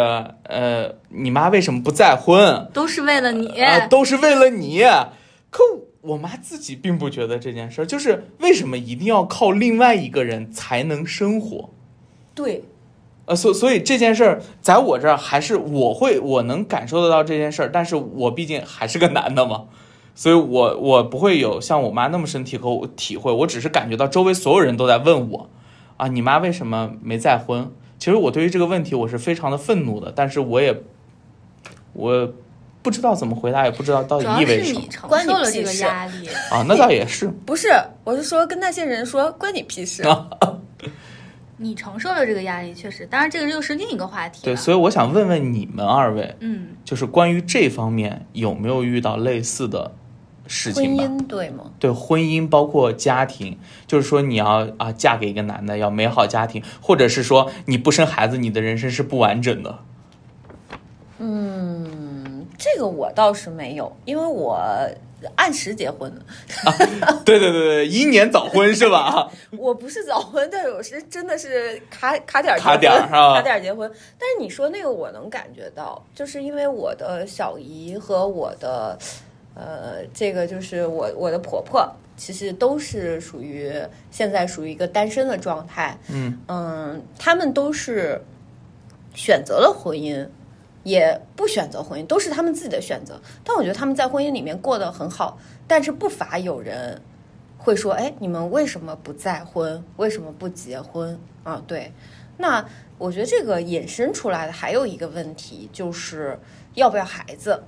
B: 呃，你妈为什么不再婚？
C: 都是为了你。
B: 啊，都是为了你。啊可我妈自己并不觉得这件事儿，就是为什么一定要靠另外一个人才能生活？
A: 对，
B: 呃，所所以这件事儿在我这儿还是我会我能感受得到这件事儿，但是我毕竟还是个男的嘛，所以我我不会有像我妈那么深体会体会，我只是感觉到周围所有人都在问我，啊，你妈为什么没再婚？其实我对于这个问题我是非常的愤怒的，但是我也我不知道怎么回答，也不知道到
C: 主
B: 底
C: 要
B: 意味着
C: 是
B: 什么
C: 你承
A: 关你
C: 受了
A: 屁
C: 这个
A: 事
C: 压力，
B: 啊，那倒也 是，
A: 不是，我是说跟那些人说，关你屁事。
B: 啊
C: 你承受了这个压力，确实。当然，这个又是另一个话题
B: 对，
C: 了。
B: 所以我想问问你们二位，
C: 嗯，
B: 就是关于这方面有没有遇到类似的事
A: 婚
B: 情吧？
A: 姻对吗？
B: 对婚姻，包括家庭，就是说你要啊嫁给一个男的，要美好家庭，或者是说你不生孩子，你的人生是不完整的。
A: 嗯，这个我倒是没有，因为我按时结婚的，
B: 对对对对，英年早婚是吧？
A: 我不是早婚，但是我是真的是卡卡点儿结
B: 卡
A: 婚
B: 点儿是吧
A: 卡点儿结婚。但是你说那个，我能感觉到，就是因为我的小姨和我的，呃，这个就是我我的婆婆，其实都是属于现在属于一个单身的状态。
B: 嗯
A: 嗯，他们都是选择了婚姻。也不选择婚姻，都是他们自己的选择。但我觉得他们在婚姻里面过得很好，但是不乏有人会说：“哎，你们为什么不再婚？为什么不结婚？”啊，对。那我觉得这个引申出来的还有一个问题，就是要不要孩子？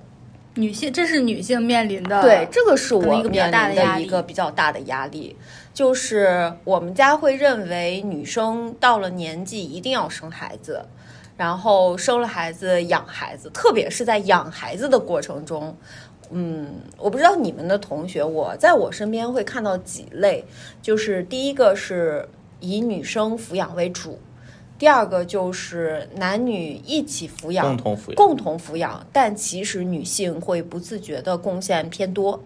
C: 女性这是女性面临的
A: 对，这个是
C: 可能
A: 我
C: 一个比较
A: 面
C: 大的
A: 临
C: 压
A: 的
C: 力
A: 一个比较大的压力，就是我们家会认为女生到了年纪一定要生孩子，然后生了孩子养孩子，特别是在养孩子的过程中。嗯，我不知道你们的同学，我在我身边会看到几类，就是第一个是以女生抚养为主，第二个就是男女一起抚养，
B: 共同抚养。
A: 共同抚养，但其实女性会不自觉的贡献偏多。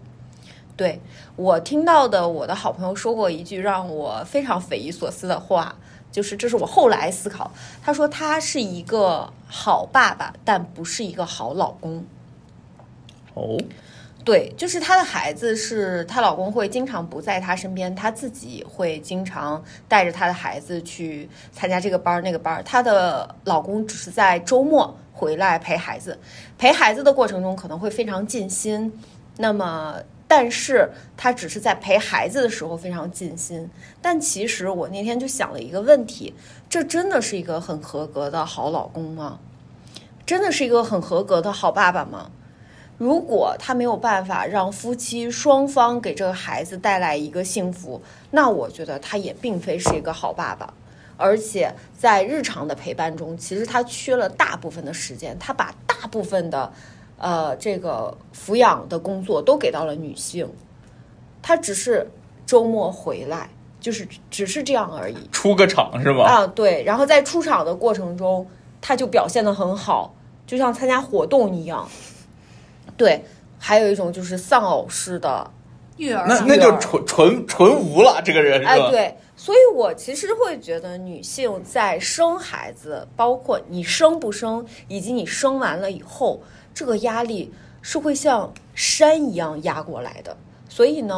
A: 对我听到的，我的好朋友说过一句让我非常匪夷所思的话，就是这是我后来思考，他说他是一个好爸爸，但不是一个好老公。
B: 哦，
A: 对，就是她的孩子是她老公会经常不在她身边，她自己会经常带着她的孩子去参加这个班儿那个班儿。她的老公只是在周末回来陪孩子，陪孩子的过程中可能会非常尽心，那么。但是她只是在陪孩子的时候非常尽心，但其实我那天就想了一个问题：这真的是一个很合格的好老公吗？真的是一个很合格的好爸爸吗？如果他没有办法让夫妻双方给这个孩子带来一个幸福，那我觉得他也并非是一个好爸爸。而且在日常的陪伴中，其实他缺了大部分的时间，他把大部分的，呃，这个抚养的工作都给到了女性，他只是周末回来，就是只是这样而已。
B: 出个场是吧？
A: 啊，对，然后在出场的过程中，他就表现得很好，就像参加活动一样。对，还有一种就是丧偶式的，
C: 育儿
B: 那
C: 嘛
B: 那
A: 育
B: 就
A: 儿
B: 纯纯纯无了，这个人是
A: 哎，
B: 吧？
A: 对，所以我其实会觉得，女性在生孩子，包括你生不生，以及你生完了以后，这个压力是会像山一样压过来的。所以呢，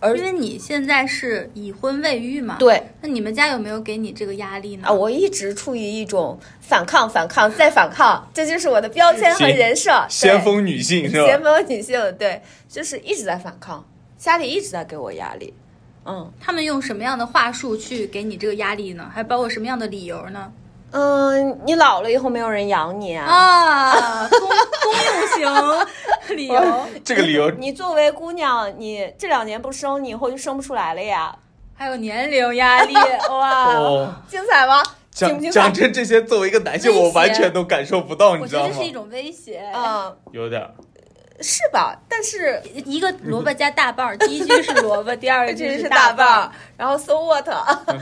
A: 而
C: 因为你现在是已婚未育嘛，，
A: 对
C: 那你们家有没有给你这个压力呢？
A: 啊，我一直处于一种反抗、反抗再反抗，这就是我的标签和
B: 行
A: 人设。
B: 先
A: 对
B: 锋 女性是
A: 先
B: 吧？
A: 锋女性，对，就是一直在反抗，家里一直在给我压力。嗯
C: 他们用什么样的话术去给你这个压力呢？还包括什么样的理由呢？
A: 嗯，你老了以后没有人养你啊。
C: 啊，哦公公用型理由，
B: 这个理由
A: 你作为姑娘，你这两年不生，你以后就生不出来了呀！
C: 还有年龄压 力，哇，
B: 哦，
A: 精彩吗？精
B: 讲
A: 不啊精彩
B: 讲？真，这些作为一个男性，
C: 威胁
B: 我完全都感受不到，你
C: 我
B: 知
C: 觉
B: 道
C: 得
B: 吗
C: 是？一种威胁。
A: 嗯，
B: 有点儿，
A: 是吧？但是
C: 一个萝卜加大 棒儿，第一句是萝卜， 第二句
A: 这是
C: 大
A: 大
C: 棒
A: 棒
C: 儿
A: 儿。，然后 so what？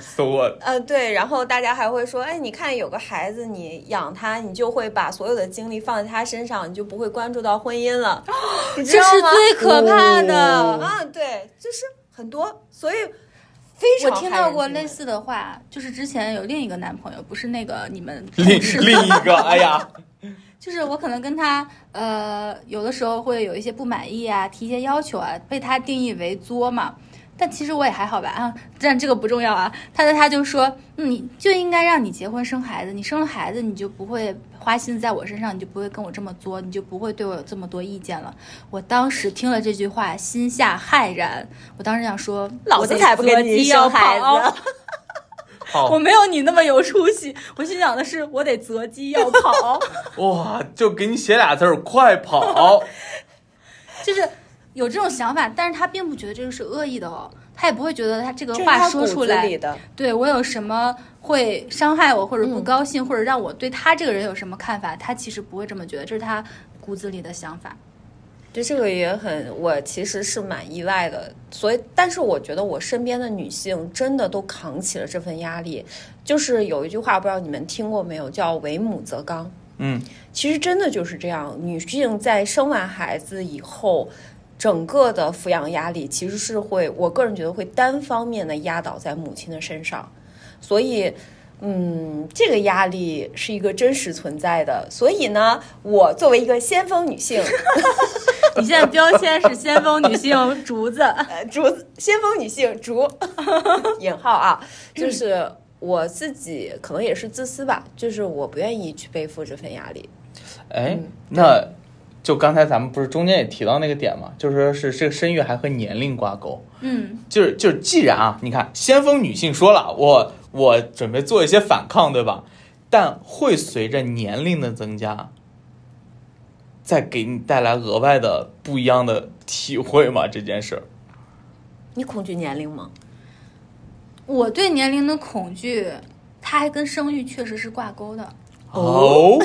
B: so what？
A: 呃，对，然后大家还会说，哎，你看有个孩子，你养他，你就会把所有的精力放在他身上，你就不会关注到婚姻了， 你知
C: 这
A: 道
C: 是
A: 吗？
C: 最可怕的。
B: 哦
A: 啊，对，就是很多，所以非
C: 我
A: 常
C: 听
A: 害人
C: 到过
A: 惊
C: 类
A: 人
C: 似的话，就是之前有另一个男朋友，不是那个你们
B: 另
C: 同事的
B: 另一个，哎 呀，
C: 就是我可能跟他呃，有的时候会有一些不满意啊，提一些要求啊，被他定义为作嘛。但其实我也还好吧啊，但这个不重要啊。他的他就说，嗯，你就应该让你结婚生孩子，你生了孩子你就不会花心思在我身上，你就不会跟我这么作，你就不会对我有这么多意见了。我当时听了这句话，心下骇然。我当时想说，
A: 老子才不跟你生孩
C: 哦
A: 子。
B: 好
C: 啊我没有你那么有出息，我心想的是，我得择机 要跑，
B: 哇，就给你写俩字儿，快跑！
C: 就是有这种想法，但是他并不觉得这个是恶意的哦，他也不会觉得他这个
A: 这是
C: 话
A: 他
C: 说
A: 骨子
C: 出
A: 里
C: 来，
A: 的，
C: 对我有什么会伤害我，或者不高兴，或者让我对他这个人有什么看法，他其实不会这么觉得，这是他骨子里的想法。
A: 对这个也很，我其实是蛮意外的。所以，但是我觉得我身边的女性真的都扛起了这份压力。就是有一句话，不知道你们听过没有，叫“为母则刚”。
B: 嗯，
A: 其实真的就是这样，女性在生完孩子以后。整个的抚养压力其实是会，我个人觉得会单方面的压倒在母亲的身上，所以，嗯，这个压力是一个真实存在的。所以呢，我作为一个先锋女性，
C: 你现在标签是先锋女性竹子，
A: 呃，竹子先锋女性 竹，引号啊，
B: 嗯
A: 就是我自己可能也是自私吧，就是我不愿意去背负这份压力。
B: 哎，
C: 嗯
B: 那就刚才咱们不是中间也提到那个点嘛，就是说是这个生育还和年龄挂钩，
C: 嗯，
B: 就是就是，既然啊，你看先锋女性说了，我我准备做一些反抗，对吧？但会随着年龄的增加，再给你带来额外的不一样的体会嘛？这件事儿，
A: 你恐惧年龄吗？
C: 我对年龄的恐惧，它还跟生育确实是挂钩的。
A: 哦，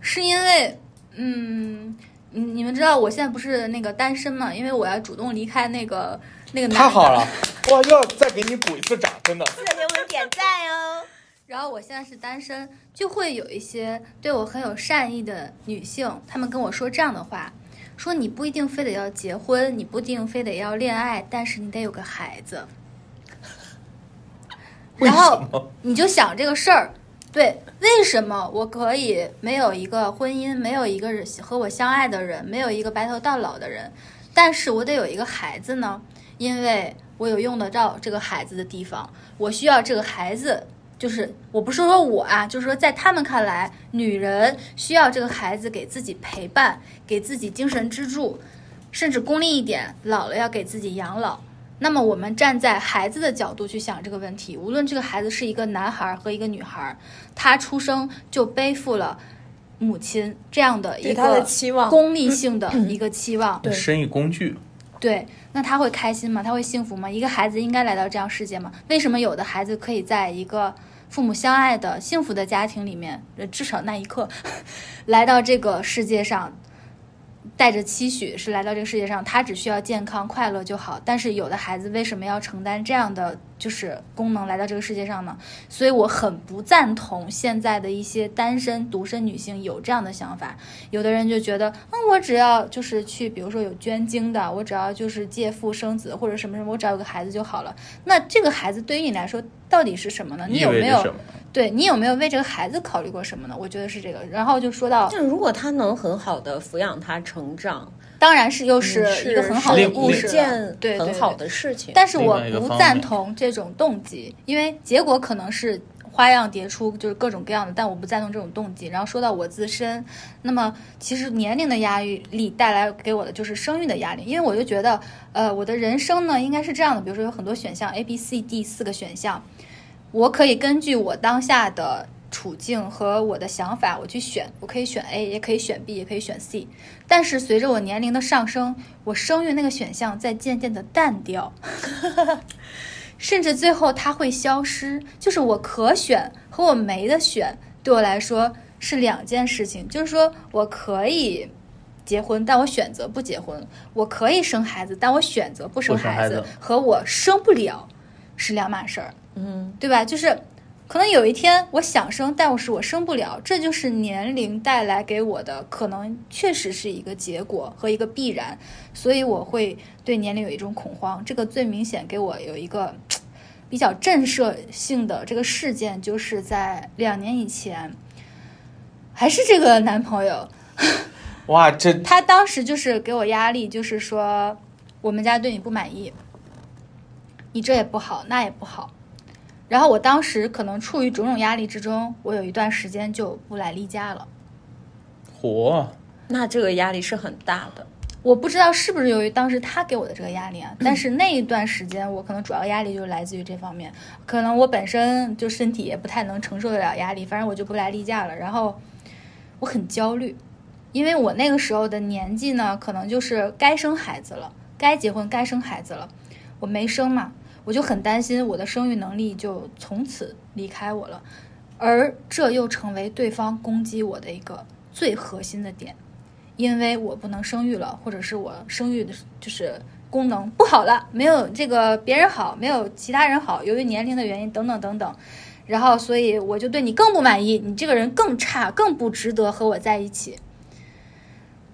C: 是因为，嗯，你你们知道我现在不是那个单身嘛？因为我要主动离开那个那个男的
B: 太好了，哇，要再给你鼓一次掌，真的。
A: 记得给我们点赞哦。
C: 然后我现在是单身，就会有一些对我很有善意的女性，她们跟我说这样的话，说你不一定非得要结婚，你不一定非得要恋爱，但是你得有个孩子。
B: 为
C: 然
B: 什
C: 后
B: 么？
C: 你就想这个事儿，对，为什么我可以没有一个婚姻，没有一个人和我相爱的人，没有一个白头到老的人，但是我得有一个孩子呢？因为我有用得到这个孩子的地方，我需要这个孩子。就是我不是说我啊，就是说在他们看来，女人需要这个孩子给自己陪伴，给自己精神支柱，甚至功利一点，老了要给自己养老。那么我们站在孩子的角度去想这个问题，无论这个孩子是一个男孩儿和一个女孩儿，他出生就背负了母亲这样的一
A: 对他的
C: 个
A: 期望，
C: 功利性的一个期望。
A: 对
B: 生育工具，
C: 对，那他会开心吗？他会幸福吗？一个孩子应该来到这样世界吗？为什么有的孩子可以在一个父母相爱的幸福的家庭里面，呃至少那一刻来到这个世界上？带着期许是来到这个世界上，他只需要健康快乐就好。但是有的孩子为什么要承担这样的就是功能来到这个世界上呢？所以我很不赞同现在的一些单身独身女性有这样的想法。有的人就觉得，嗯，我只要就是去，比如说有捐精的，我只要就是借腹生子或者什么什么，我只要有个孩子就好了。那这个孩子对于你来说到底是什么呢？你
B: 意
C: 有
B: 味
C: 没
B: 着
C: 有
B: 什么？
C: 对你有没有为这个孩子考虑过什么呢？我觉得是这个。然后就说 到，
A: 就如果他能很好的抚养他成长，
C: 当然是又是
A: 嗯
C: 一个很好
A: 是
C: 的
B: 另
C: 故
A: 一
C: 事了，
A: 件
C: 对对
A: 很
C: 对
A: 好的事情。
C: 但是我
B: 另外一个
C: 不
B: 方
C: 赞
B: 面
C: 同这种动机，因为结果可能是花样迭出，就是各种各样的，但我不赞同这种动机。然后说到我自身，那么其实年龄的压力带来给我的就是生育的压力，因为我就觉得，呃，我的人生呢应该是这样的，比如说有很多选项 A、B、C、D 四个选项，我可以根据我当下的。处境和我的想法，我去选，我可以选 A，也可以选 B，也可以选 C。但是随着我年龄的上升，我生育那个选项在渐渐的淡掉，甚至最后它会消失。就是我可选和我没得选，对我来说是两件事情。就是说我可以结婚，但我选择不结婚；我可以生孩子，但我选择不生
B: 不生
C: 孩
B: 孩子
C: 和我生不了是两码事儿。
A: 嗯，
C: 对吧？就是可能有一天我想生，但是我生不了，这就是年龄带来给我的可能确实是一个结果和一个必然，所以我会对年龄有一种恐慌。这个最明显给我有一个比较震慑性的这个事件，就是在两年以前，还是这个男朋友，
B: 哇，这
C: 他当时就是给我压力，就是说我们家对你不满意，你这也不好，那也不好。然后我当时可能处于种种压力之中，我有一段时间就不来例假了。
B: 火
A: 那这个压力是很大的。
C: 我不知道是不是由于当时他给我的这个压力啊，但是那一段时间我可能主要压力就是来自于这方面，可能我本身就身体也不太能承受得了压力，反正我就不来例假了。然后我很焦虑，因为我那个时候的年纪呢，可能就是该生孩子了，该结婚，该生孩子了，我没生嘛，我就很担心我的生育能力就从此离开我了，而这又成为对方攻击我的一个最核心的点。因为我不能生育了，或者是我生育的就是功能不好了，没有这个别人好，没有其他人好，由于年龄的原因等等等等，然后所以我就对你更不满意，你这个人更差，更不值得和我在一起。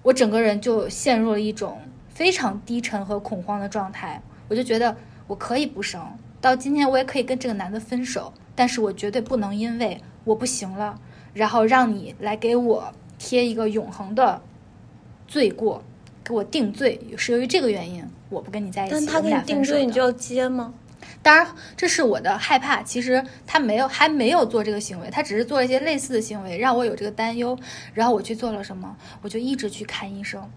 C: 我整个人就陷入了一种非常低沉和恐慌的状态，我就觉得我可以不生，到今天我也可以跟这个男的分手，但是我绝对不能因为我不行了，然后让你来给我贴一个永恒的罪过，给我定罪，是由于这个原因，我不跟你在一起。
A: 但他
C: 我们
A: 给你
C: 俩
A: 定
C: 分手
A: 罪，
C: 的
A: 你就要接吗？
C: 当然，这是我的害怕。其实他没有，还没有做这个行为，他只是做了一些类似的行为，让我有这个担忧。然后我去做了什么？我就一直去看医生，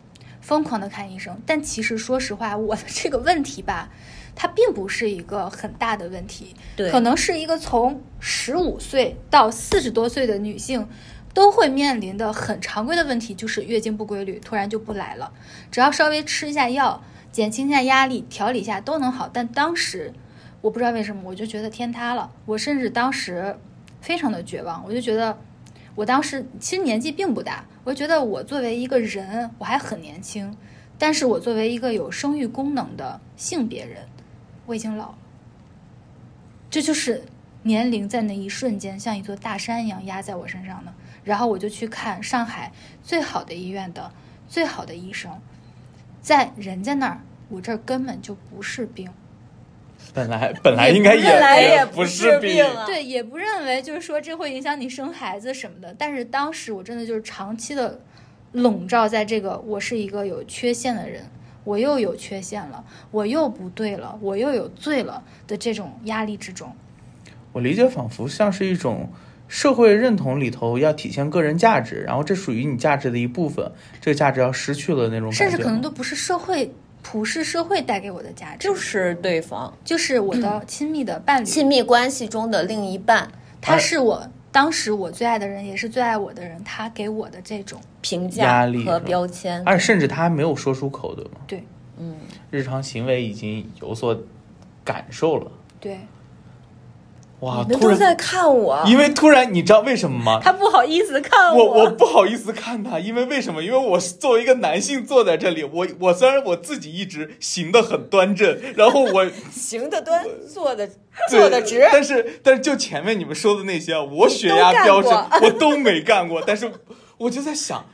C: 疯狂的看医生。但其实说实话，我的这个问题吧，它并不是一个很大的问题，
A: 对，
C: 可能是一个从十五岁到四十多岁的女性都会面临的很常规的问题，就是月经不规律，突然就不来了。只要稍微吃一下药，减轻一下压力，调理一下都能好。但当时我不知道为什么，我就觉得天塌了。我甚至当时非常的绝望，我就觉得我当时其实年纪并不大，我觉得我作为一个人我还很年轻，但是我作为一个有生育功能的性别人，我已经老了。这就是年龄在那一瞬间像一座大山一样压在我身上的。然后我就去看上海最好的医院的最好的医生，在人家那儿，我这儿根本就不是病。
B: 本来本来应该
A: 本来也
B: 不
A: 不
B: 是
A: 是
B: 病
A: 病啊
C: 对，也不认为就是说这会影响你生孩子什么的。但是当时我真的就是长期的笼罩在这个，我是一个有缺陷的人，我又有缺陷了，我又不对了，我又有罪了的这种压力之中。
B: 我理解仿佛像是一种社会认同里头要体现个人价值，然后这属于你价值的一部分，这个价值要失去了那种感觉
C: 甚
B: 吗，
C: 至可能都不是社会普世社会带给我的价值，
A: 就是对方
C: 就是我
B: 嗯
C: 的亲密的伴侣，
A: 亲密关系中的另一半
B: 呃
C: 他是我当时我最爱的人，也是最爱我的人，他给我的这种
A: 评
B: 压
A: 价
B: 力
A: 和
B: 是吧
A: 标签。
B: 而且甚至他还没有说出口，对吗？
C: 对
A: 嗯，
B: 日常行为已经有所感受了。
C: 对，
B: 哇，
A: 你们
B: 突
A: 都
B: 然，
A: 在啊看我，
B: 因为突然你知道为什么吗？
C: 他不好意思看
B: 我我不好意思看他，因为为什么？因为我是作为一个男性坐在这里，我我虽然我自己一直行得很端正，然后我
A: 行得端，坐得
B: 对
A: 坐得直。
B: 但是但是就前面你们说的那些啊，我血压飙
A: 都
B: 升
A: 干，
B: 我都没干过，但是我就在想。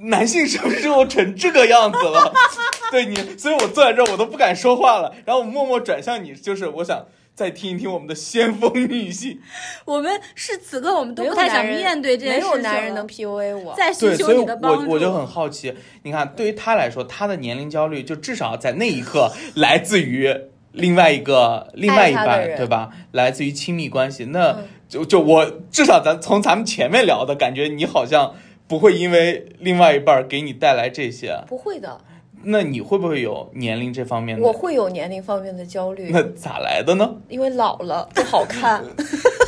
B: 男性什么时候成这个样子了？ 对你，所以我坐在这儿，我都不敢说话了。然后我默默转向你，就是我想再听一听我们的先锋女性。
C: 我们是此刻我们都
A: 没
C: 不
A: 有
C: 太
A: 男
C: 想
A: 人
C: 面对这件
A: 没
C: 事情
A: 有男人
C: 了
A: 能 PUA 我。
C: 再
B: 对，
C: 寻
B: 所
C: 求
B: 以
C: 你的帮
B: 我
C: 助。
B: 我就很好奇，你看，对于他来说，他的年龄焦虑就至少在那一刻来自于另外一个另外一
A: 爱他的
B: 半，
A: 人嗯
B: 对吧？来自于亲密关系。那就就我至少咱从咱们前面聊的感觉，你好像不会因为另外一半给你带来这些。
A: 不会的，
B: 那你会不会有年龄这方面
A: 我
B: 的？
A: 会有年龄方面的焦虑
B: 那，咋来的呢？
A: 因为老了不好 看，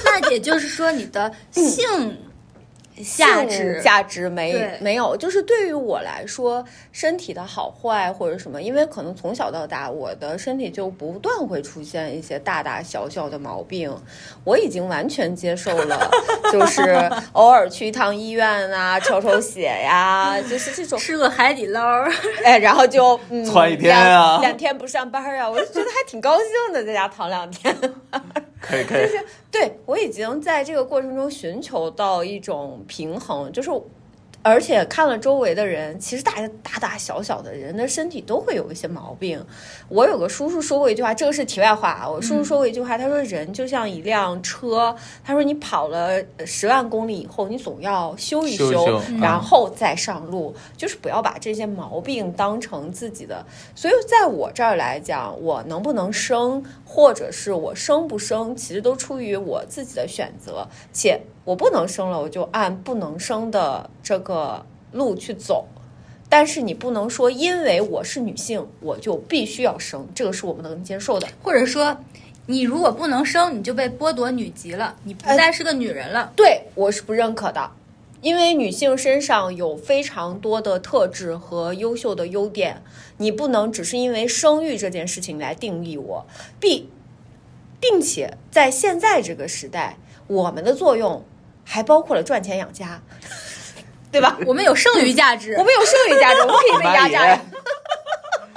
C: 那也就是说，你的
B: 嗯
C: 性价值
A: 性价值没
C: 对
A: 没有。就是对于我来说，身体的好坏或者什么，因为可能从小到大，我的身体就不断会出现一些大大小小的毛病，我已经完全接受 了，就是偶尔去一趟医院啊，抽抽血呀、就是这种
C: 吃个海底捞儿，
A: 哎，然后就嗯，
B: 窜一天啊
A: 两，两天不上班啊，我就觉得还挺高兴的，在家躺两天。
B: 可以可以，
A: 对我已经在这个过程中寻求到一种平衡，就是。而且看了周围的人，其实大家大大小小的人的身体都会有一些毛病。我有个叔叔说过一句话，这个是题外话啊。我
B: 嗯
A: 叔叔说过一句话，他说人就像一辆车，他说你跑了十万公里以后，你总要修一
B: 修一修嗯
A: 然后再上路，就是不要把这些毛病当成自己的。所以在我这儿来讲，我能不能生，或者是我生不生，其实都出于我自己的选择。且我不能生了，我就按不能生的这个路去走。但是你不能说，因为我是女性，我就必须要生，这个是我不能接受的。
C: 或者说，你如果不能生，你就被剥夺女籍了，你
B: 哎
C: 不再是个女人了。
A: 对我是不认可的，因为女性身上有非常多的特质和优秀的优点，你不能只是因为生育这件事情来定义我，并并且在现在这个时代，我们的作用还包括了赚钱养家，对吧？
C: 我们有剩余价 值
A: 我，们有剩余价 值，我们可以被压榨
B: 妈耶
A: 呀，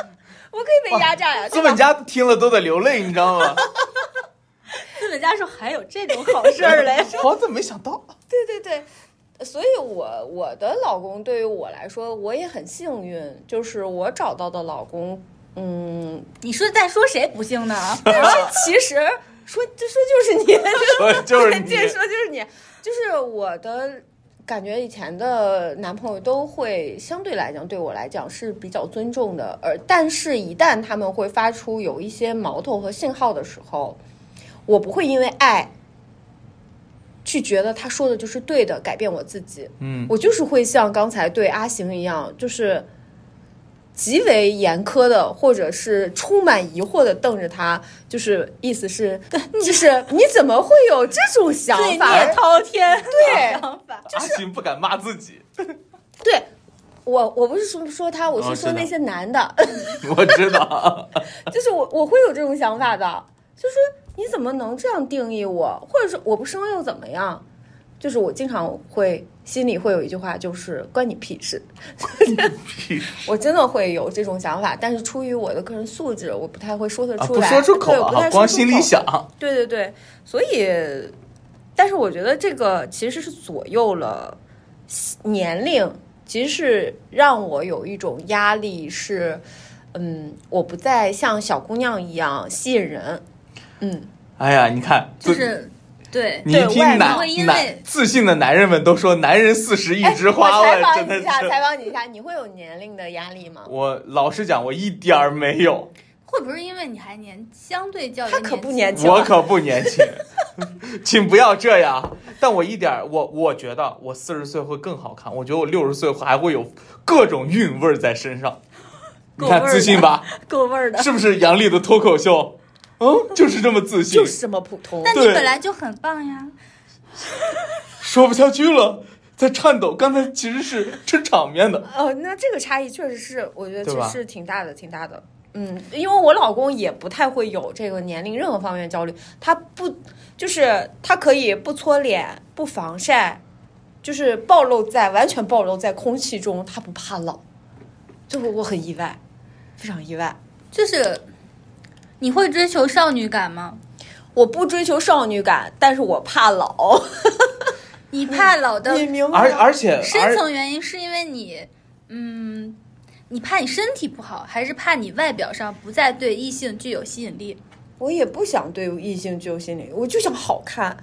A: 我们可以被压榨呀，
B: 资
A: 对吧
B: 本家听了都得流泪，你知 道吗？
C: 资本家说还有这种好事 儿嘞。
B: 我怎么没想到？
A: 对对对，所以我我的老公对于我来说，我也很幸运，就是我找到的老公，嗯，
C: 你说在说谁不幸 呢？
A: 但是其实说就说 就是你，
B: 所以啊就是你，
A: 这说就是你，就是我的。感觉以前的男朋友都会相对来讲对我来讲是比较尊重的，而但是，一旦他们会发出有一些矛头和信号的时候，我不会因为爱去觉得他说的就是对的，改变我自己。
B: 嗯，
A: 我就是会像刚才对阿行一样，就是极为严苛的，或者是充满疑惑的瞪着他，就是意思是， 就是你怎么会有这种想
C: 罪
A: 法
C: 孽？滔天，
A: 对
C: 想法
B: 阿信不敢骂自己，
A: 对，我我不是说说他，我
B: 哦
A: 是
B: 知
A: 说
B: 道
A: 那些男的，
B: 我知道。
A: 就是我我会有这种想法的，就是你怎么能这样定义我，或者说我不生又怎么样？就是我经常会心里会有一句话，就是关你屁事。 我真的会有这种想法，但是出于我的个人素质，我不太会说得
B: 啊，
A: 出
B: 不
A: 来，
B: 说出口
A: 对，我不
B: 啊，
A: 太说
B: 光
A: 出
B: 心里
A: 口。
B: 想。
A: 对对对，所以，但是我觉得这个其实是左右了年龄，其实是让我有一种压力，是，嗯，我不再像小姑娘一样吸引人，嗯，
B: 哎呀，你看，
C: 就
B: 自
C: 是对。
B: 你一
A: 对
B: 听
A: 外人
B: 男
C: 会因为
B: 男自信的男人们都说，男人四十一枝花，
A: 哎我
B: 我
A: 采访
B: 真
A: 你
B: 的
A: 一下，
B: 是。
A: 采访你一下，你会有年龄的压力吗？
B: 我老实讲，我一点儿没有，
C: 会不会因为你还年相对较于
A: 他可不
C: 年
A: 年轻
B: 我可不年轻， 请不要这样。但我一点儿，我我觉得我四十岁会更好看，我觉得我六十岁还会有各种韵味儿在身上。你看
C: 够味儿
B: 自信吧，
C: 够味儿的？
B: 是不是杨笠的脱口秀？ 嗯，就是这么自信，
A: 就是这么普通。
C: 但你
B: 对
C: 本来就很棒呀。
B: 说不下去了，在颤抖。刚才其实是撑场面的，
A: 哦，那这个差异确实是，我觉得
B: 对
A: 这
B: 吧
A: 是挺大的，挺大的。嗯，因为我老公也不太会有这个年龄任何方面焦虑，他不就是他可以不搓脸、不防晒，就是暴露在完全暴露在空气中，他不怕老，这个我很意外，非常意外。
C: 就是你会追求少女感吗？
A: 我不追求少女感，但是我怕老，
C: 你怕老的
A: 你明白吗？
B: 而而且
C: 嗯深
B: 而
C: 层原因是因为你，嗯，你怕你身体不好，还是怕你外表上不再对异性具有吸引力？
A: 我也不想对异性具有心理，我就想好看。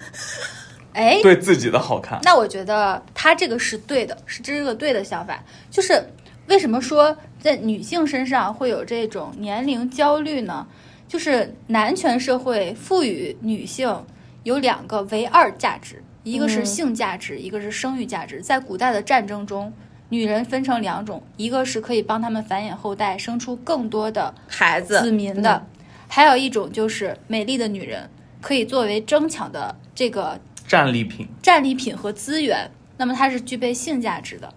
C: 哎，
B: 对自己的好看，
C: 那我觉得他这个是对的，是这是个对的想法。就是为什么说在女性身上会有这种年龄焦虑呢？就是男权社会赋予女性有两个唯二价值，一个是性价值，一个是生育价值。在古代的战争中，女人分成两种，一个是可以帮他们繁衍后代，生出更多的
A: 孩子，
C: 子民的，还有一种就是美丽的女人，可以作为争抢的这个
B: 战利品。
C: 战利品和资源，那么它是具备性价值的。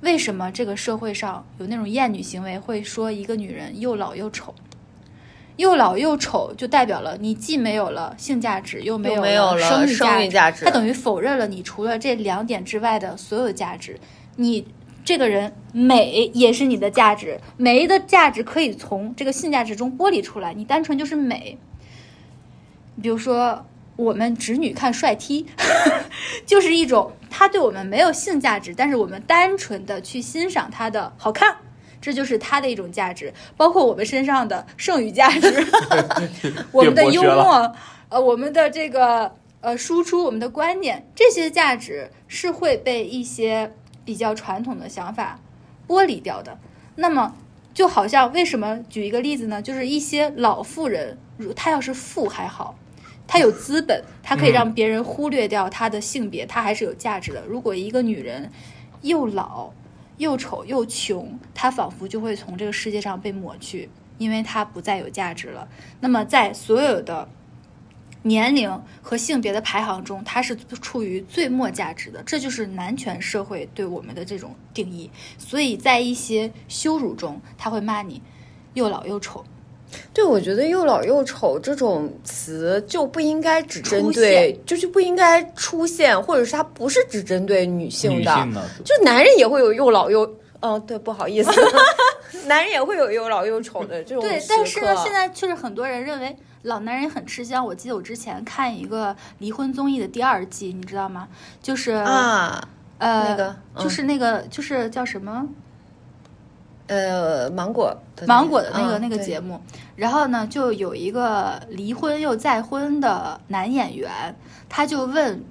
C: 为什么这个社会上有那种厌女行为，会说一个女人又老又丑？又老又丑就代表了你既没有了性价值，又没
A: 又没有了
C: 生
A: 生育价值
C: 它等于否认了你除了这两点之外的所有价值。你这个人美也是你的价值，美的价值可以从这个性价值中剥离出来，你单纯就是美。比如说，我们直女看帅 T，就是一种他对我们没有性价值，但是我们单纯的去欣赏他的好看，这就是他的一种价值。包括我们身上的剩余价值，我们的幽
B: 别剥
C: 默，呃，我们的这个呃输出，我们的观念，这些价值是会被一些比较传统的想法剥离掉的。那么。就好像为什么举一个例子呢？就是一些老妇人，如她要是富还好，她有资本，她可以让别人忽略掉她的性别，她还是有价值的。如果一个女人又老又丑又穷，她仿佛就会从这个世界上被抹去，因为她不再有价值了。那么在所有的年龄和性别的排行中，它是处于最末价值的，这就是男权社会对我们的这种定义。所以在一些羞辱中，他会骂你又老又丑，
A: 对，我觉得“又老又丑”这种词就不应该只针
C: 出
A: 对，就是不应该出现，或者是它不是只针对女性
B: 女
A: 的，
B: 性的
A: 就男人也会有又老又……嗯、对，不好 意思，男人也会有又老又丑的这种
C: 对
A: 时，
C: 但是呢，
A: 刻
C: 现在确实很多人认为老男人很吃香。我记得我之前看一个离婚综艺的第二季，你知道吗？就是、
A: 啊，
C: 呃，
A: 那个嗯
C: 就是那个就是叫什么
A: 呃，芒果的那
C: 芒果的那个、
A: 嗯
C: 那个
A: 对
C: 节目，然后呢，就有一个离婚又再婚的男演员，他就问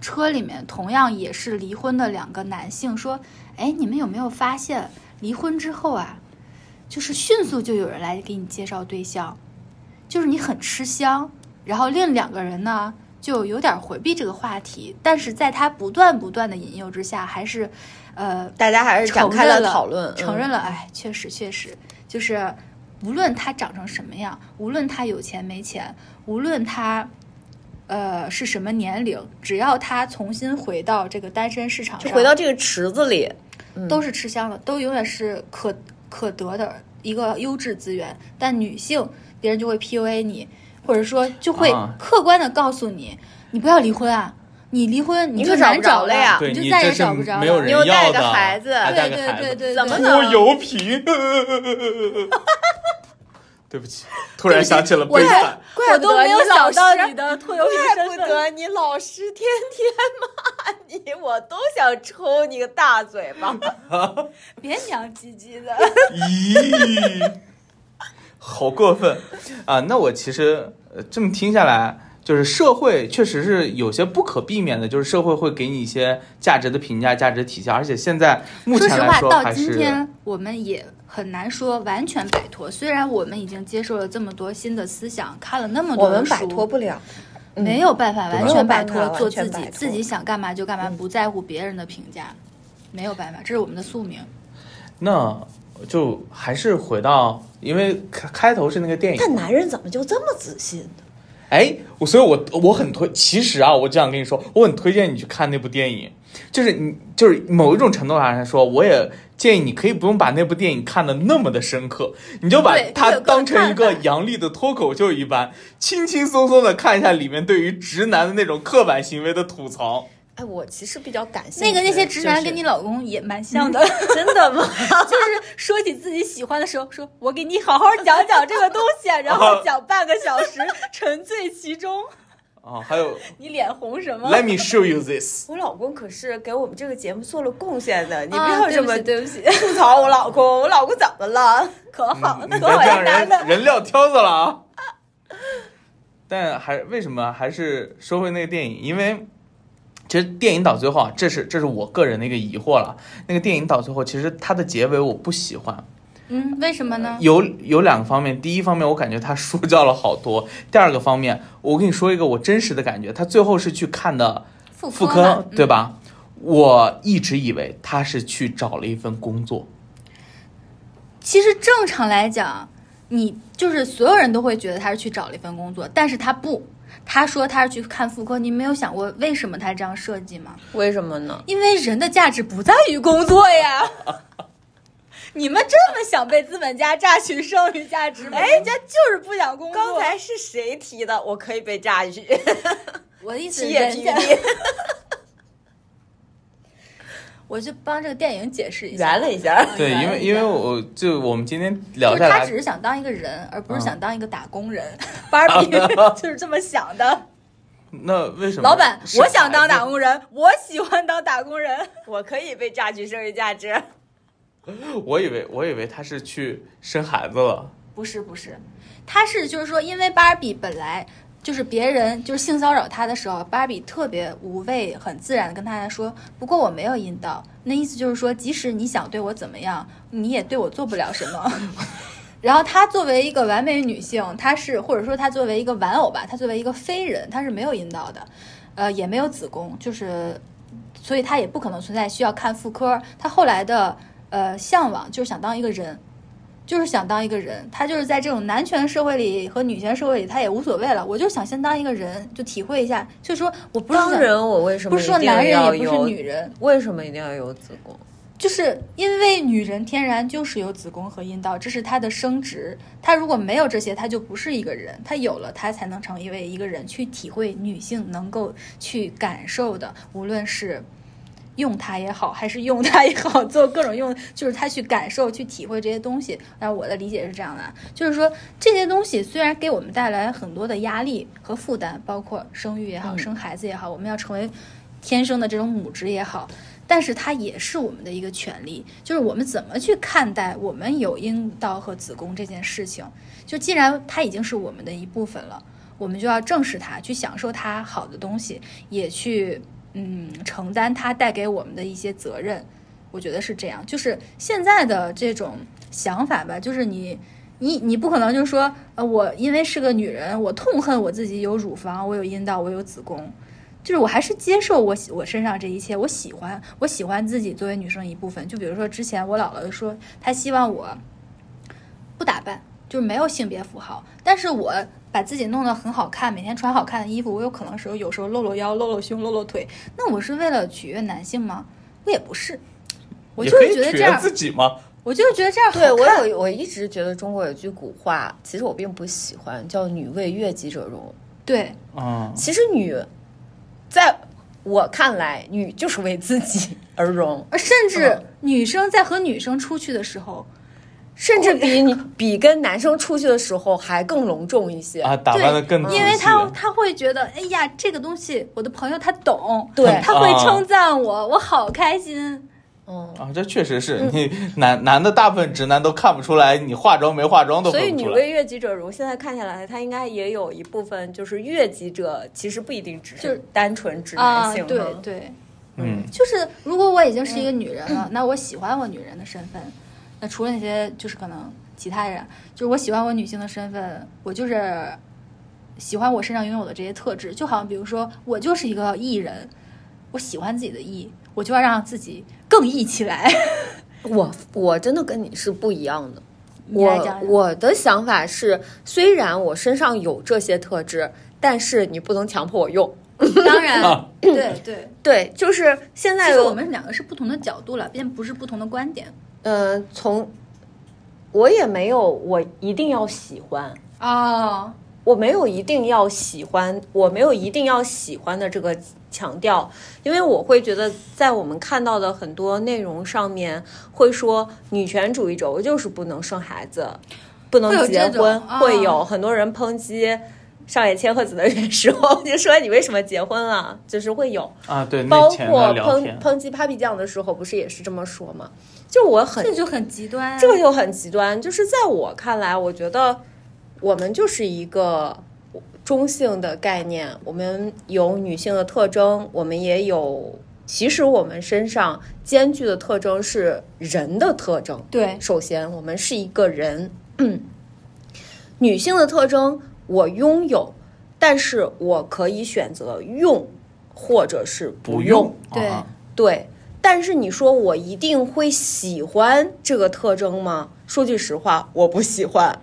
C: 车里面同样也是离婚的两个男性说：“哎，你们有没有发现离婚之后啊，就是迅速就有人来给你介绍对象，就是你很吃香，然后另两个人呢就有点回避这个话题，但是在他不断不断的引诱之下，还是呃
A: 大家还是展
C: 承
A: 开
C: 认了
A: 讨论，
C: 承认
A: 嗯
C: 了，哎，确实确实，就是无论他长成什么样，无论他有钱没钱，无论他呃是什么年龄，只要他重新回到这个单身市场
A: 嗯就
C: 上，
A: 回到这个池子里，嗯
C: 都是吃香的，都永远是可可得的一个优质资源。但女性，别人就会 PUA 你，或者说就会
B: 啊
C: 客观的告诉你，你不要离婚啊。你离婚
A: 你
C: 你就
A: 可找
C: 难
A: 不着
C: 找
A: 了呀
B: 对
C: 你
B: 你
C: 就再
B: 这
C: 也
B: 是
C: 找不着了。
B: 没有人
A: 你又带
B: 要
A: 个
B: 的
A: 孩子
B: 还带
C: 对
B: 个
C: 对
B: 孩
C: 对
B: 子
C: 对，
A: 怎么
C: 对
A: 能
B: 拖油瓶。 对不起，突然想起了
C: 我
B: 悲惨。
A: 怪
C: 我
A: 不
C: 都
A: 得
C: 没有
A: 你老
C: 想到
A: 师
C: 你的拖油瓶
A: 怪
C: 身
A: 不
C: 份。
A: 得你老师天天骂你，我都想抽你个大嘴巴。
C: 别娘唧唧的。
B: 咦，好过分啊！那我其实呃这么听下来，就是社会确实是有些不可避免的，就是社会会给你一些价值的评价、价值体系，而且现在目
C: 说
B: 前
C: 实
B: 来
C: 话，
B: 说
C: 到
B: 还
C: 今
B: 是
C: 天我们也很难说完全摆脱。虽然我们已经接受了这么多新的思想，看了那么多
A: 我
C: 的
A: 们
C: 书
A: 摆脱不了，嗯
C: 没有办法完全摆
A: 没
C: 脱
A: 有办法
C: 做自
A: 完全
C: 己，
A: 摆脱
C: 自己想干嘛就干嘛，不在乎别人的评价，没有办法，这是我们的宿命。
B: 那就还是回到，因为开开头是那个电影，
A: 但男人怎么就这么自信呢？
B: 哎，我所以我，我很推，其实啊，我这样跟你说，我很推荐你去看那部电影，就是你就是某一种程度上来说，我也建议你可以不用把那部电影看得那么的深刻，你就把
C: 对
B: 它
C: 各个
B: 当成一个
C: 看法
B: 杨笠的脱口秀一般，轻轻松松的看一下里面对于直男的那种刻板行为的吐槽。
A: 哎，我其实比较感兴
C: 那
A: 趣。
C: 个那些直男
A: 就是
C: 跟你老公也蛮嗯像的，
A: 真的吗？
C: 就是说起自己喜欢的时候，说我给你好好讲讲这个东 西啊，然后讲半个小时，沉醉其中，
B: 啊，还有
C: 你脸红什么？
B: ，Let me show you this。
A: 我老公可是给我们这个节目做了贡献的，你不
C: 啊
A: 要
C: 对
A: 这么
C: 起对 不起，
A: 吐槽我老公，我老公怎么了？
C: 可好
B: 嗯
A: 嗯
B: 你
C: 了，
B: 别
C: 可
B: 这样
C: 为难
B: 人
C: 了。
B: 人撂挑子了啊！但还为什么还是说回那个电影？因为其实电影到最后啊，这是这是我个人的一个疑惑了。那个电影到最后，其实它的结尾我不喜欢，
C: 嗯，为什么呢？
B: 有有两个方面。第一方面，我感觉它 说教了好多；第二个方面，我跟你说一个我真实的感觉，他最后是去看的
C: 嗯妇
B: 妇
C: 科嘛
B: 科，对吧？我一直以为他是去找了一份工作，
C: 其实正常来讲，你就是所有人都会觉得他是去找了一份工作，但是他不，他说他是去看妇科。你没有想过为什么他这样设计吗？
A: 为什么呢？
C: 因为人的价值不在于工作呀。 你们这么想被资本家榨取剩余价值吗？哎，人家就是不想工作。
A: 刚才是谁提的？我可以被榨取，
C: 我的意思，
A: 企业
C: 人
A: 体
C: 家
A: 力
C: 我就帮这个电影解释一下，
A: 圆了一 下。
C: 哦
B: 对，因为因为我就我们今天聊
C: 就是
B: 下
C: 他
B: 来
C: 只，是想当一个人，而不
B: 嗯
C: 是想当一个打工人。芭比 就是这么想的。
B: 那为什么
C: 老板，
B: 是
C: 我想当
B: 孩子
C: 打工人，我喜欢当打工人。
A: 我可以被榨取剩余价值。
B: 我以为我以为他是去生孩子了，
C: 不是不是，他是就是说，因为芭比本来就是别人就是性骚扰她的时候，芭比特别无畏、很自然的跟大家说，不过我没有阴道，那意思就是说，即使你想对我怎么样，你也对我做不了什么。然后她作为一个完美女性，她是或者说她作为一个玩偶吧，她作为一个非人，她是没有阴道的，呃，也没有子宫，就是，所以她也不可能存在需要看妇科。她后来的呃向往就是想当一个人，就是想当一个人，他就是在这种男权社会里和女权社会里，他也无所谓了。我就是想先当一个人，就体会一下，就是说我不是
A: 当
C: 想
A: 然，我为什么
C: 不是说
A: 一定
C: 男人
A: 要
C: 也不
A: 有
C: 是女人，
A: 为什么一定要有子宫？
C: 就是因为女人天然就是有子宫和阴道，这是她的生殖。她如果没有这些，她就不是一个人。她有了，她才能成为一个人，去体会女性能够去感受的，无论是用它也好，还是用它也好，做各种用，就是她去感受、去体会这些东西。那我的理解是这样的啊，就是说这些东西虽然给我们带来很多的压力和负担，包括生育也好、
A: 嗯
C: 生孩子也好，我们要成为天生的这种母职也好，但是它也是我们的一个权利，就是我们怎么去看待我们有阴道和子宫这件事情。就既然它已经是我们的一部分了，我们就要正视它，去享受它好的东西，也去嗯承担它带给我们的一些责任。我觉得是这样，就是现在的这种想法吧，就是你。你你不可能就说，呃，我因为是个女人，我痛恨我自己有乳房，我有阴道，我有子宫，就是我还是接受我喜我身上这一切，我喜欢我喜欢自己作为女生一部分。就比如说之前我姥姥就说，她希望我不打扮，就是没有性别符号，但是我把自己弄得很好看，每天穿好看的衣服，我有可能时候有时候露露腰、露露胸、露露腿，那我是为了取悦男性吗？我也不是，我
B: 也
C: 就
B: 可
C: 是
B: 以
C: 觉得
B: 取
C: 这
B: 悦
C: 样，
B: 自己吗？
C: 我就是觉得这样好
A: 对
C: 看。
A: 我有我一直觉得中国有句古话，其实我并不喜欢，叫“女为悦己者容
C: 对”。
B: 嗯，
A: 其实女，在我看来，女就是为自己而 容，
C: 呃甚至女生在和女生出去的时候，
A: 甚至比你比跟男生出去的时候还更隆重一些。
B: 啊，打扮的更
A: 对
B: 仔细
C: 因为她她会觉得，哎呀，这个东西我的朋友他懂，
A: 对
C: 他会
B: 啊
C: 称赞我，我好开心。
A: 嗯，
B: 啊，这确实是你男男的大部分直男都看不出来你化妆没化妆都
A: 所以
B: 分
A: “
B: 不
A: 女
B: 出来。
A: 为悦己者容”，现在看下来，它应该也有一部分就是悦己者，其实不一定只
C: 就是
A: 单纯直男
C: 啊，
A: 性。
C: 对对，
B: 嗯，
C: 就是如果我已经是一个女人了，那我喜欢我女人的身份，那除了那些就是可能其他人，就是我喜欢我女性的身份，我就是喜欢我身上拥有的这些特质，就好像比如说我就是一个艺人，我喜欢自己的艺，我就要让自己更艺起来。
A: 我我真的跟你是不一样的。
C: 你来
A: 我
C: 讲讲
A: 我的想法是，虽然我身上有这些特质，但是你不能强迫我用。
C: 当然
B: 啊，
C: 对对，
A: 对，就是现
C: 其
A: 在
C: 实
A: 有
C: 我们两个是不同的角度了，并不是不同的观点
A: 嗯，从我也没有我一定要喜欢，
C: 哦。
A: 我没有一定要喜欢，我没有一定要喜欢的这个强调，因为我会觉得在我们看到的很多内容上面会说女权主义者我就是不能生孩子，不能
C: 会有
A: 结
C: 这种
A: 婚，
C: 啊
A: 会有很多人抨击。上野千鹤子的时候，就说你 为什么结婚了？就是会有，
B: 啊，对，
A: 包
B: 那
A: 括
B: 前的聊
A: 抨
B: 天，
A: 抨击 Papi 酱的时候，不是也是这么说吗？就我很
C: 这就很极端、啊，
A: 这个就很极端。就是在我看来，我觉得我们就是一个中性的概念，我们有女性的特征，我们也有。其实我们身上兼具的特征是人的特征。
C: 对
A: 首先我们是一个人，女性的特征我拥有，但是我可以选择用，或者是用
B: 不用，
C: 对
B: 啊
A: 对，但是你说我一定会喜欢这个特征吗？说句实话，我不喜欢。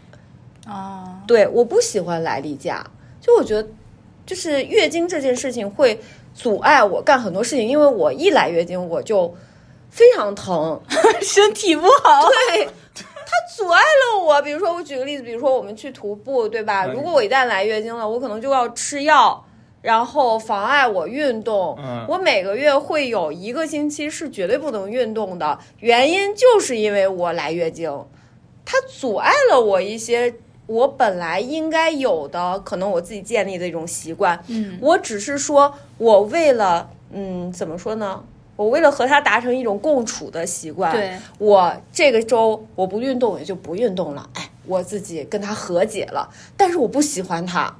C: 哦，
A: 对，我不喜欢来例假。就我觉得，就是月经这件事情会阻碍我干很多事情，因为我一来月经我就非常疼，
C: 身体不好，
A: 对，它阻碍了我。比如说，我举个例子，比如说我们去徒步，对吧？
B: 嗯
A: 如果我一旦来月经了，我可能就要吃药，然后妨碍我运动。
B: 嗯
A: 我每个月会有一个星期是绝对不能运动的，原因就是因为我来月经，它阻碍了我一些。我本来应该有的，可能我自己建立的一种习惯，
C: 嗯，
A: 我只是说，我为了，嗯，怎么说呢？我为了和他达成一种共处的习惯，
C: 对，
A: 我这个周我不运动，也就不运动了。哎，我自己跟他和解了，但是我不喜欢他。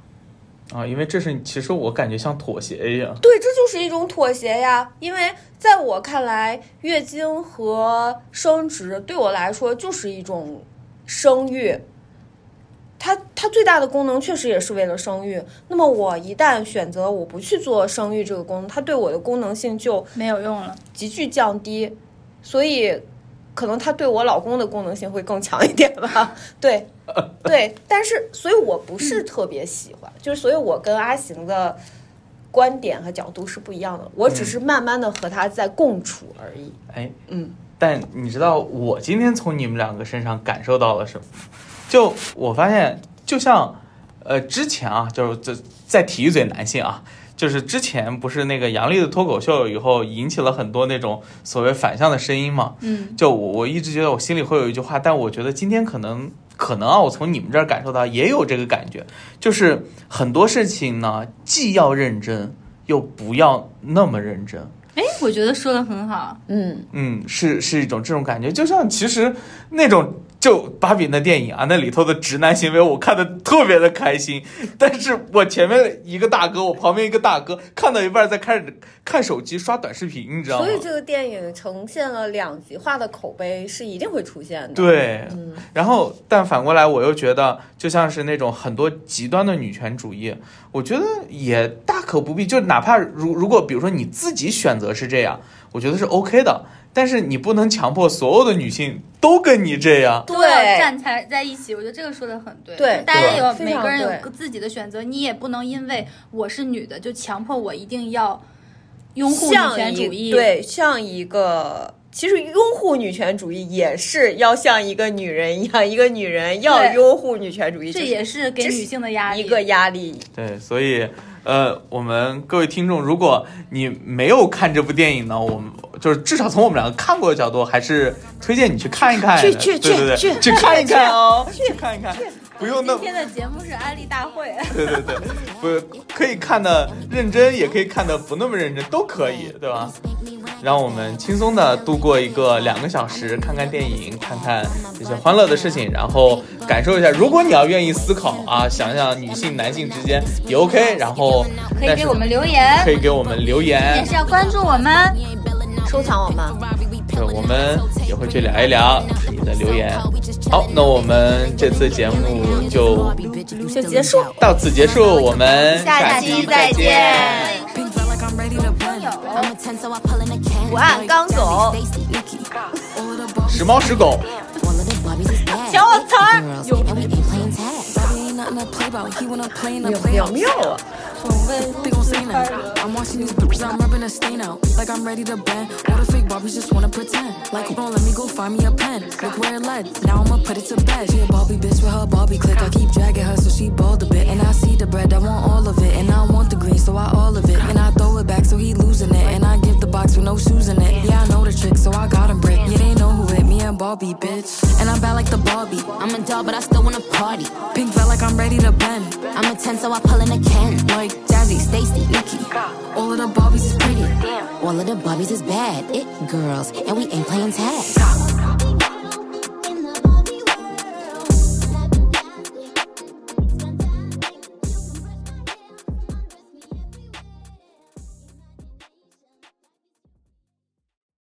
B: 啊，因为这是其实我感觉像妥协一样，
A: 对，这就是一种妥协呀。因为在我看来，月经和生殖对我来说就是一种生育，它它最大的功能确实也是为了生育。那么我一旦选择我不去做生育这个功能，它对我的功能性就
C: 没有用了，
A: 急剧降低，所以可能它对我老公的功能性会更强一点吧。对， 对，但是所以我不是特别喜欢，就是所以我跟阿行的观点和角度是不一样的，我只是慢慢的和他在共处而已。
B: 嗯哎，
A: 嗯，
B: 但你知道我今天从你们两个身上感受到了什么？就我发现，就像呃之前啊，就是在在提一嘴男性啊，就是之前不是那个杨笠的脱口秀以后引起了很多那种所谓反向的声音嘛？
C: 嗯，
B: 就我我一直觉得我心里会有一句话，但我觉得今天可能可能啊，我从你们这儿感受到也有这个感觉，就是很多事情呢，既要认真，又不要那么认真。
C: 哎，我觉得说的很好，
A: 嗯，
B: 嗯，是是一种这种感觉，就像其实那种就芭比那电影啊，那里头的直男行为，我看的特别的开心。但是我前面一个大哥，我旁边一个大哥，看到一半在开始看手机刷短视频，你知道吗
A: 所？以这个电影呈现了两极化的口碑是一定会出现的。，
B: 对，
A: 嗯
B: 然后但反过来，我又觉得就像是那种很多极端的女权主义，我觉得也大可不必。就哪怕如如果比如说你自己选择是这样，我觉得是 OK 的，但是你不能强迫所有的女性都跟你这样。
C: 都要
A: 对
C: 站在在一起，我觉得这个说的很对，
A: 对
C: 就大家
B: 对
C: 有
A: 非
C: 每
A: 常
C: 个人
A: 对
C: 有个自己的选择，你也不能因为我是女的就强迫我一定要拥护女
A: 像
C: 权主
A: 一
C: 义，，
A: 对像一个。其实拥护女权主义也是要像一个女人一样，一个女人要
C: 对
A: 拥护女权主义，
C: 这
A: 是
C: 也是给
A: 这是
C: 女性的压力，
A: 一个压力。
B: 对，所以呃，我们各位听众，如果你没有看这部电影呢，我们就是至少从我们两个看过的角度，还是推荐你去看一看，
A: 去去
B: 对对对，
A: 去
B: 去
A: 去
B: 看一看哦，去看一看，不用那
C: 今天的节目是安利大会，
B: 对对对，不可以看的认真，也可以看的不那么认真，都可以，对吧？让我们轻松的度过一个两个小时，看看电影，看看这些欢乐的事情，然后感受一下。如果你要愿意思考啊，想想女性、男性之间也 OK，然后
C: 可以
B: 但
C: 给
B: 是
C: 我们留言
B: 可，以给我们留言
C: 也，是要关注我们。
A: 收藏我们。
B: 对，我们也会去聊一聊你的留言。好，那我们这次节目就
A: 就结束
B: 到此结束，我们
A: 下期
B: 期
A: 再见
D: Pink felt like I'm ready to run. I'm a 10, so I pull in a can.
A: 不按纲走
D: All of the Barbies-
B: 时猫时狗。
D: all of the Barbies is bad.
A: 小我词儿
D: Girls, and we ain't playing tag. Barbie ain't nothing wanna play ball, he wanna play in
A: 妙
D: the
A: 不妙
D: playoffs.
A: 妙啊！
D: They gon' say now. I'm watching these bitches, I'm rubbing a stain out. Like I'm ready to bend. All the fake Barbies just wanna pretend. Like, don't let me go find me a pen. Look where it led. Now I'ma put it to bed. She a Barbie bitch with her Barbie click. I keep dragging her so she bald a bit. And I see the bread, I want all of it. And I want the green, so I all of it. And I throw it back, so he losing it. And I give the box with no shoes in it. Yeah, I know the trick, so I got him brick. Yeah, they know who it, me and Barbie, bitch. And I'm bad like the Barbie.
E: I'm a doll, but I still wanna party.
D: Pink felt like I'm ready to bend.
E: I'm a 10, so I pull in a can.
D: Like,
E: Jazzy, Stacy, Nikki.
D: all of the Barbies is pretty.
E: All of the Barbies is bad. It girls, and we ain't playing tag.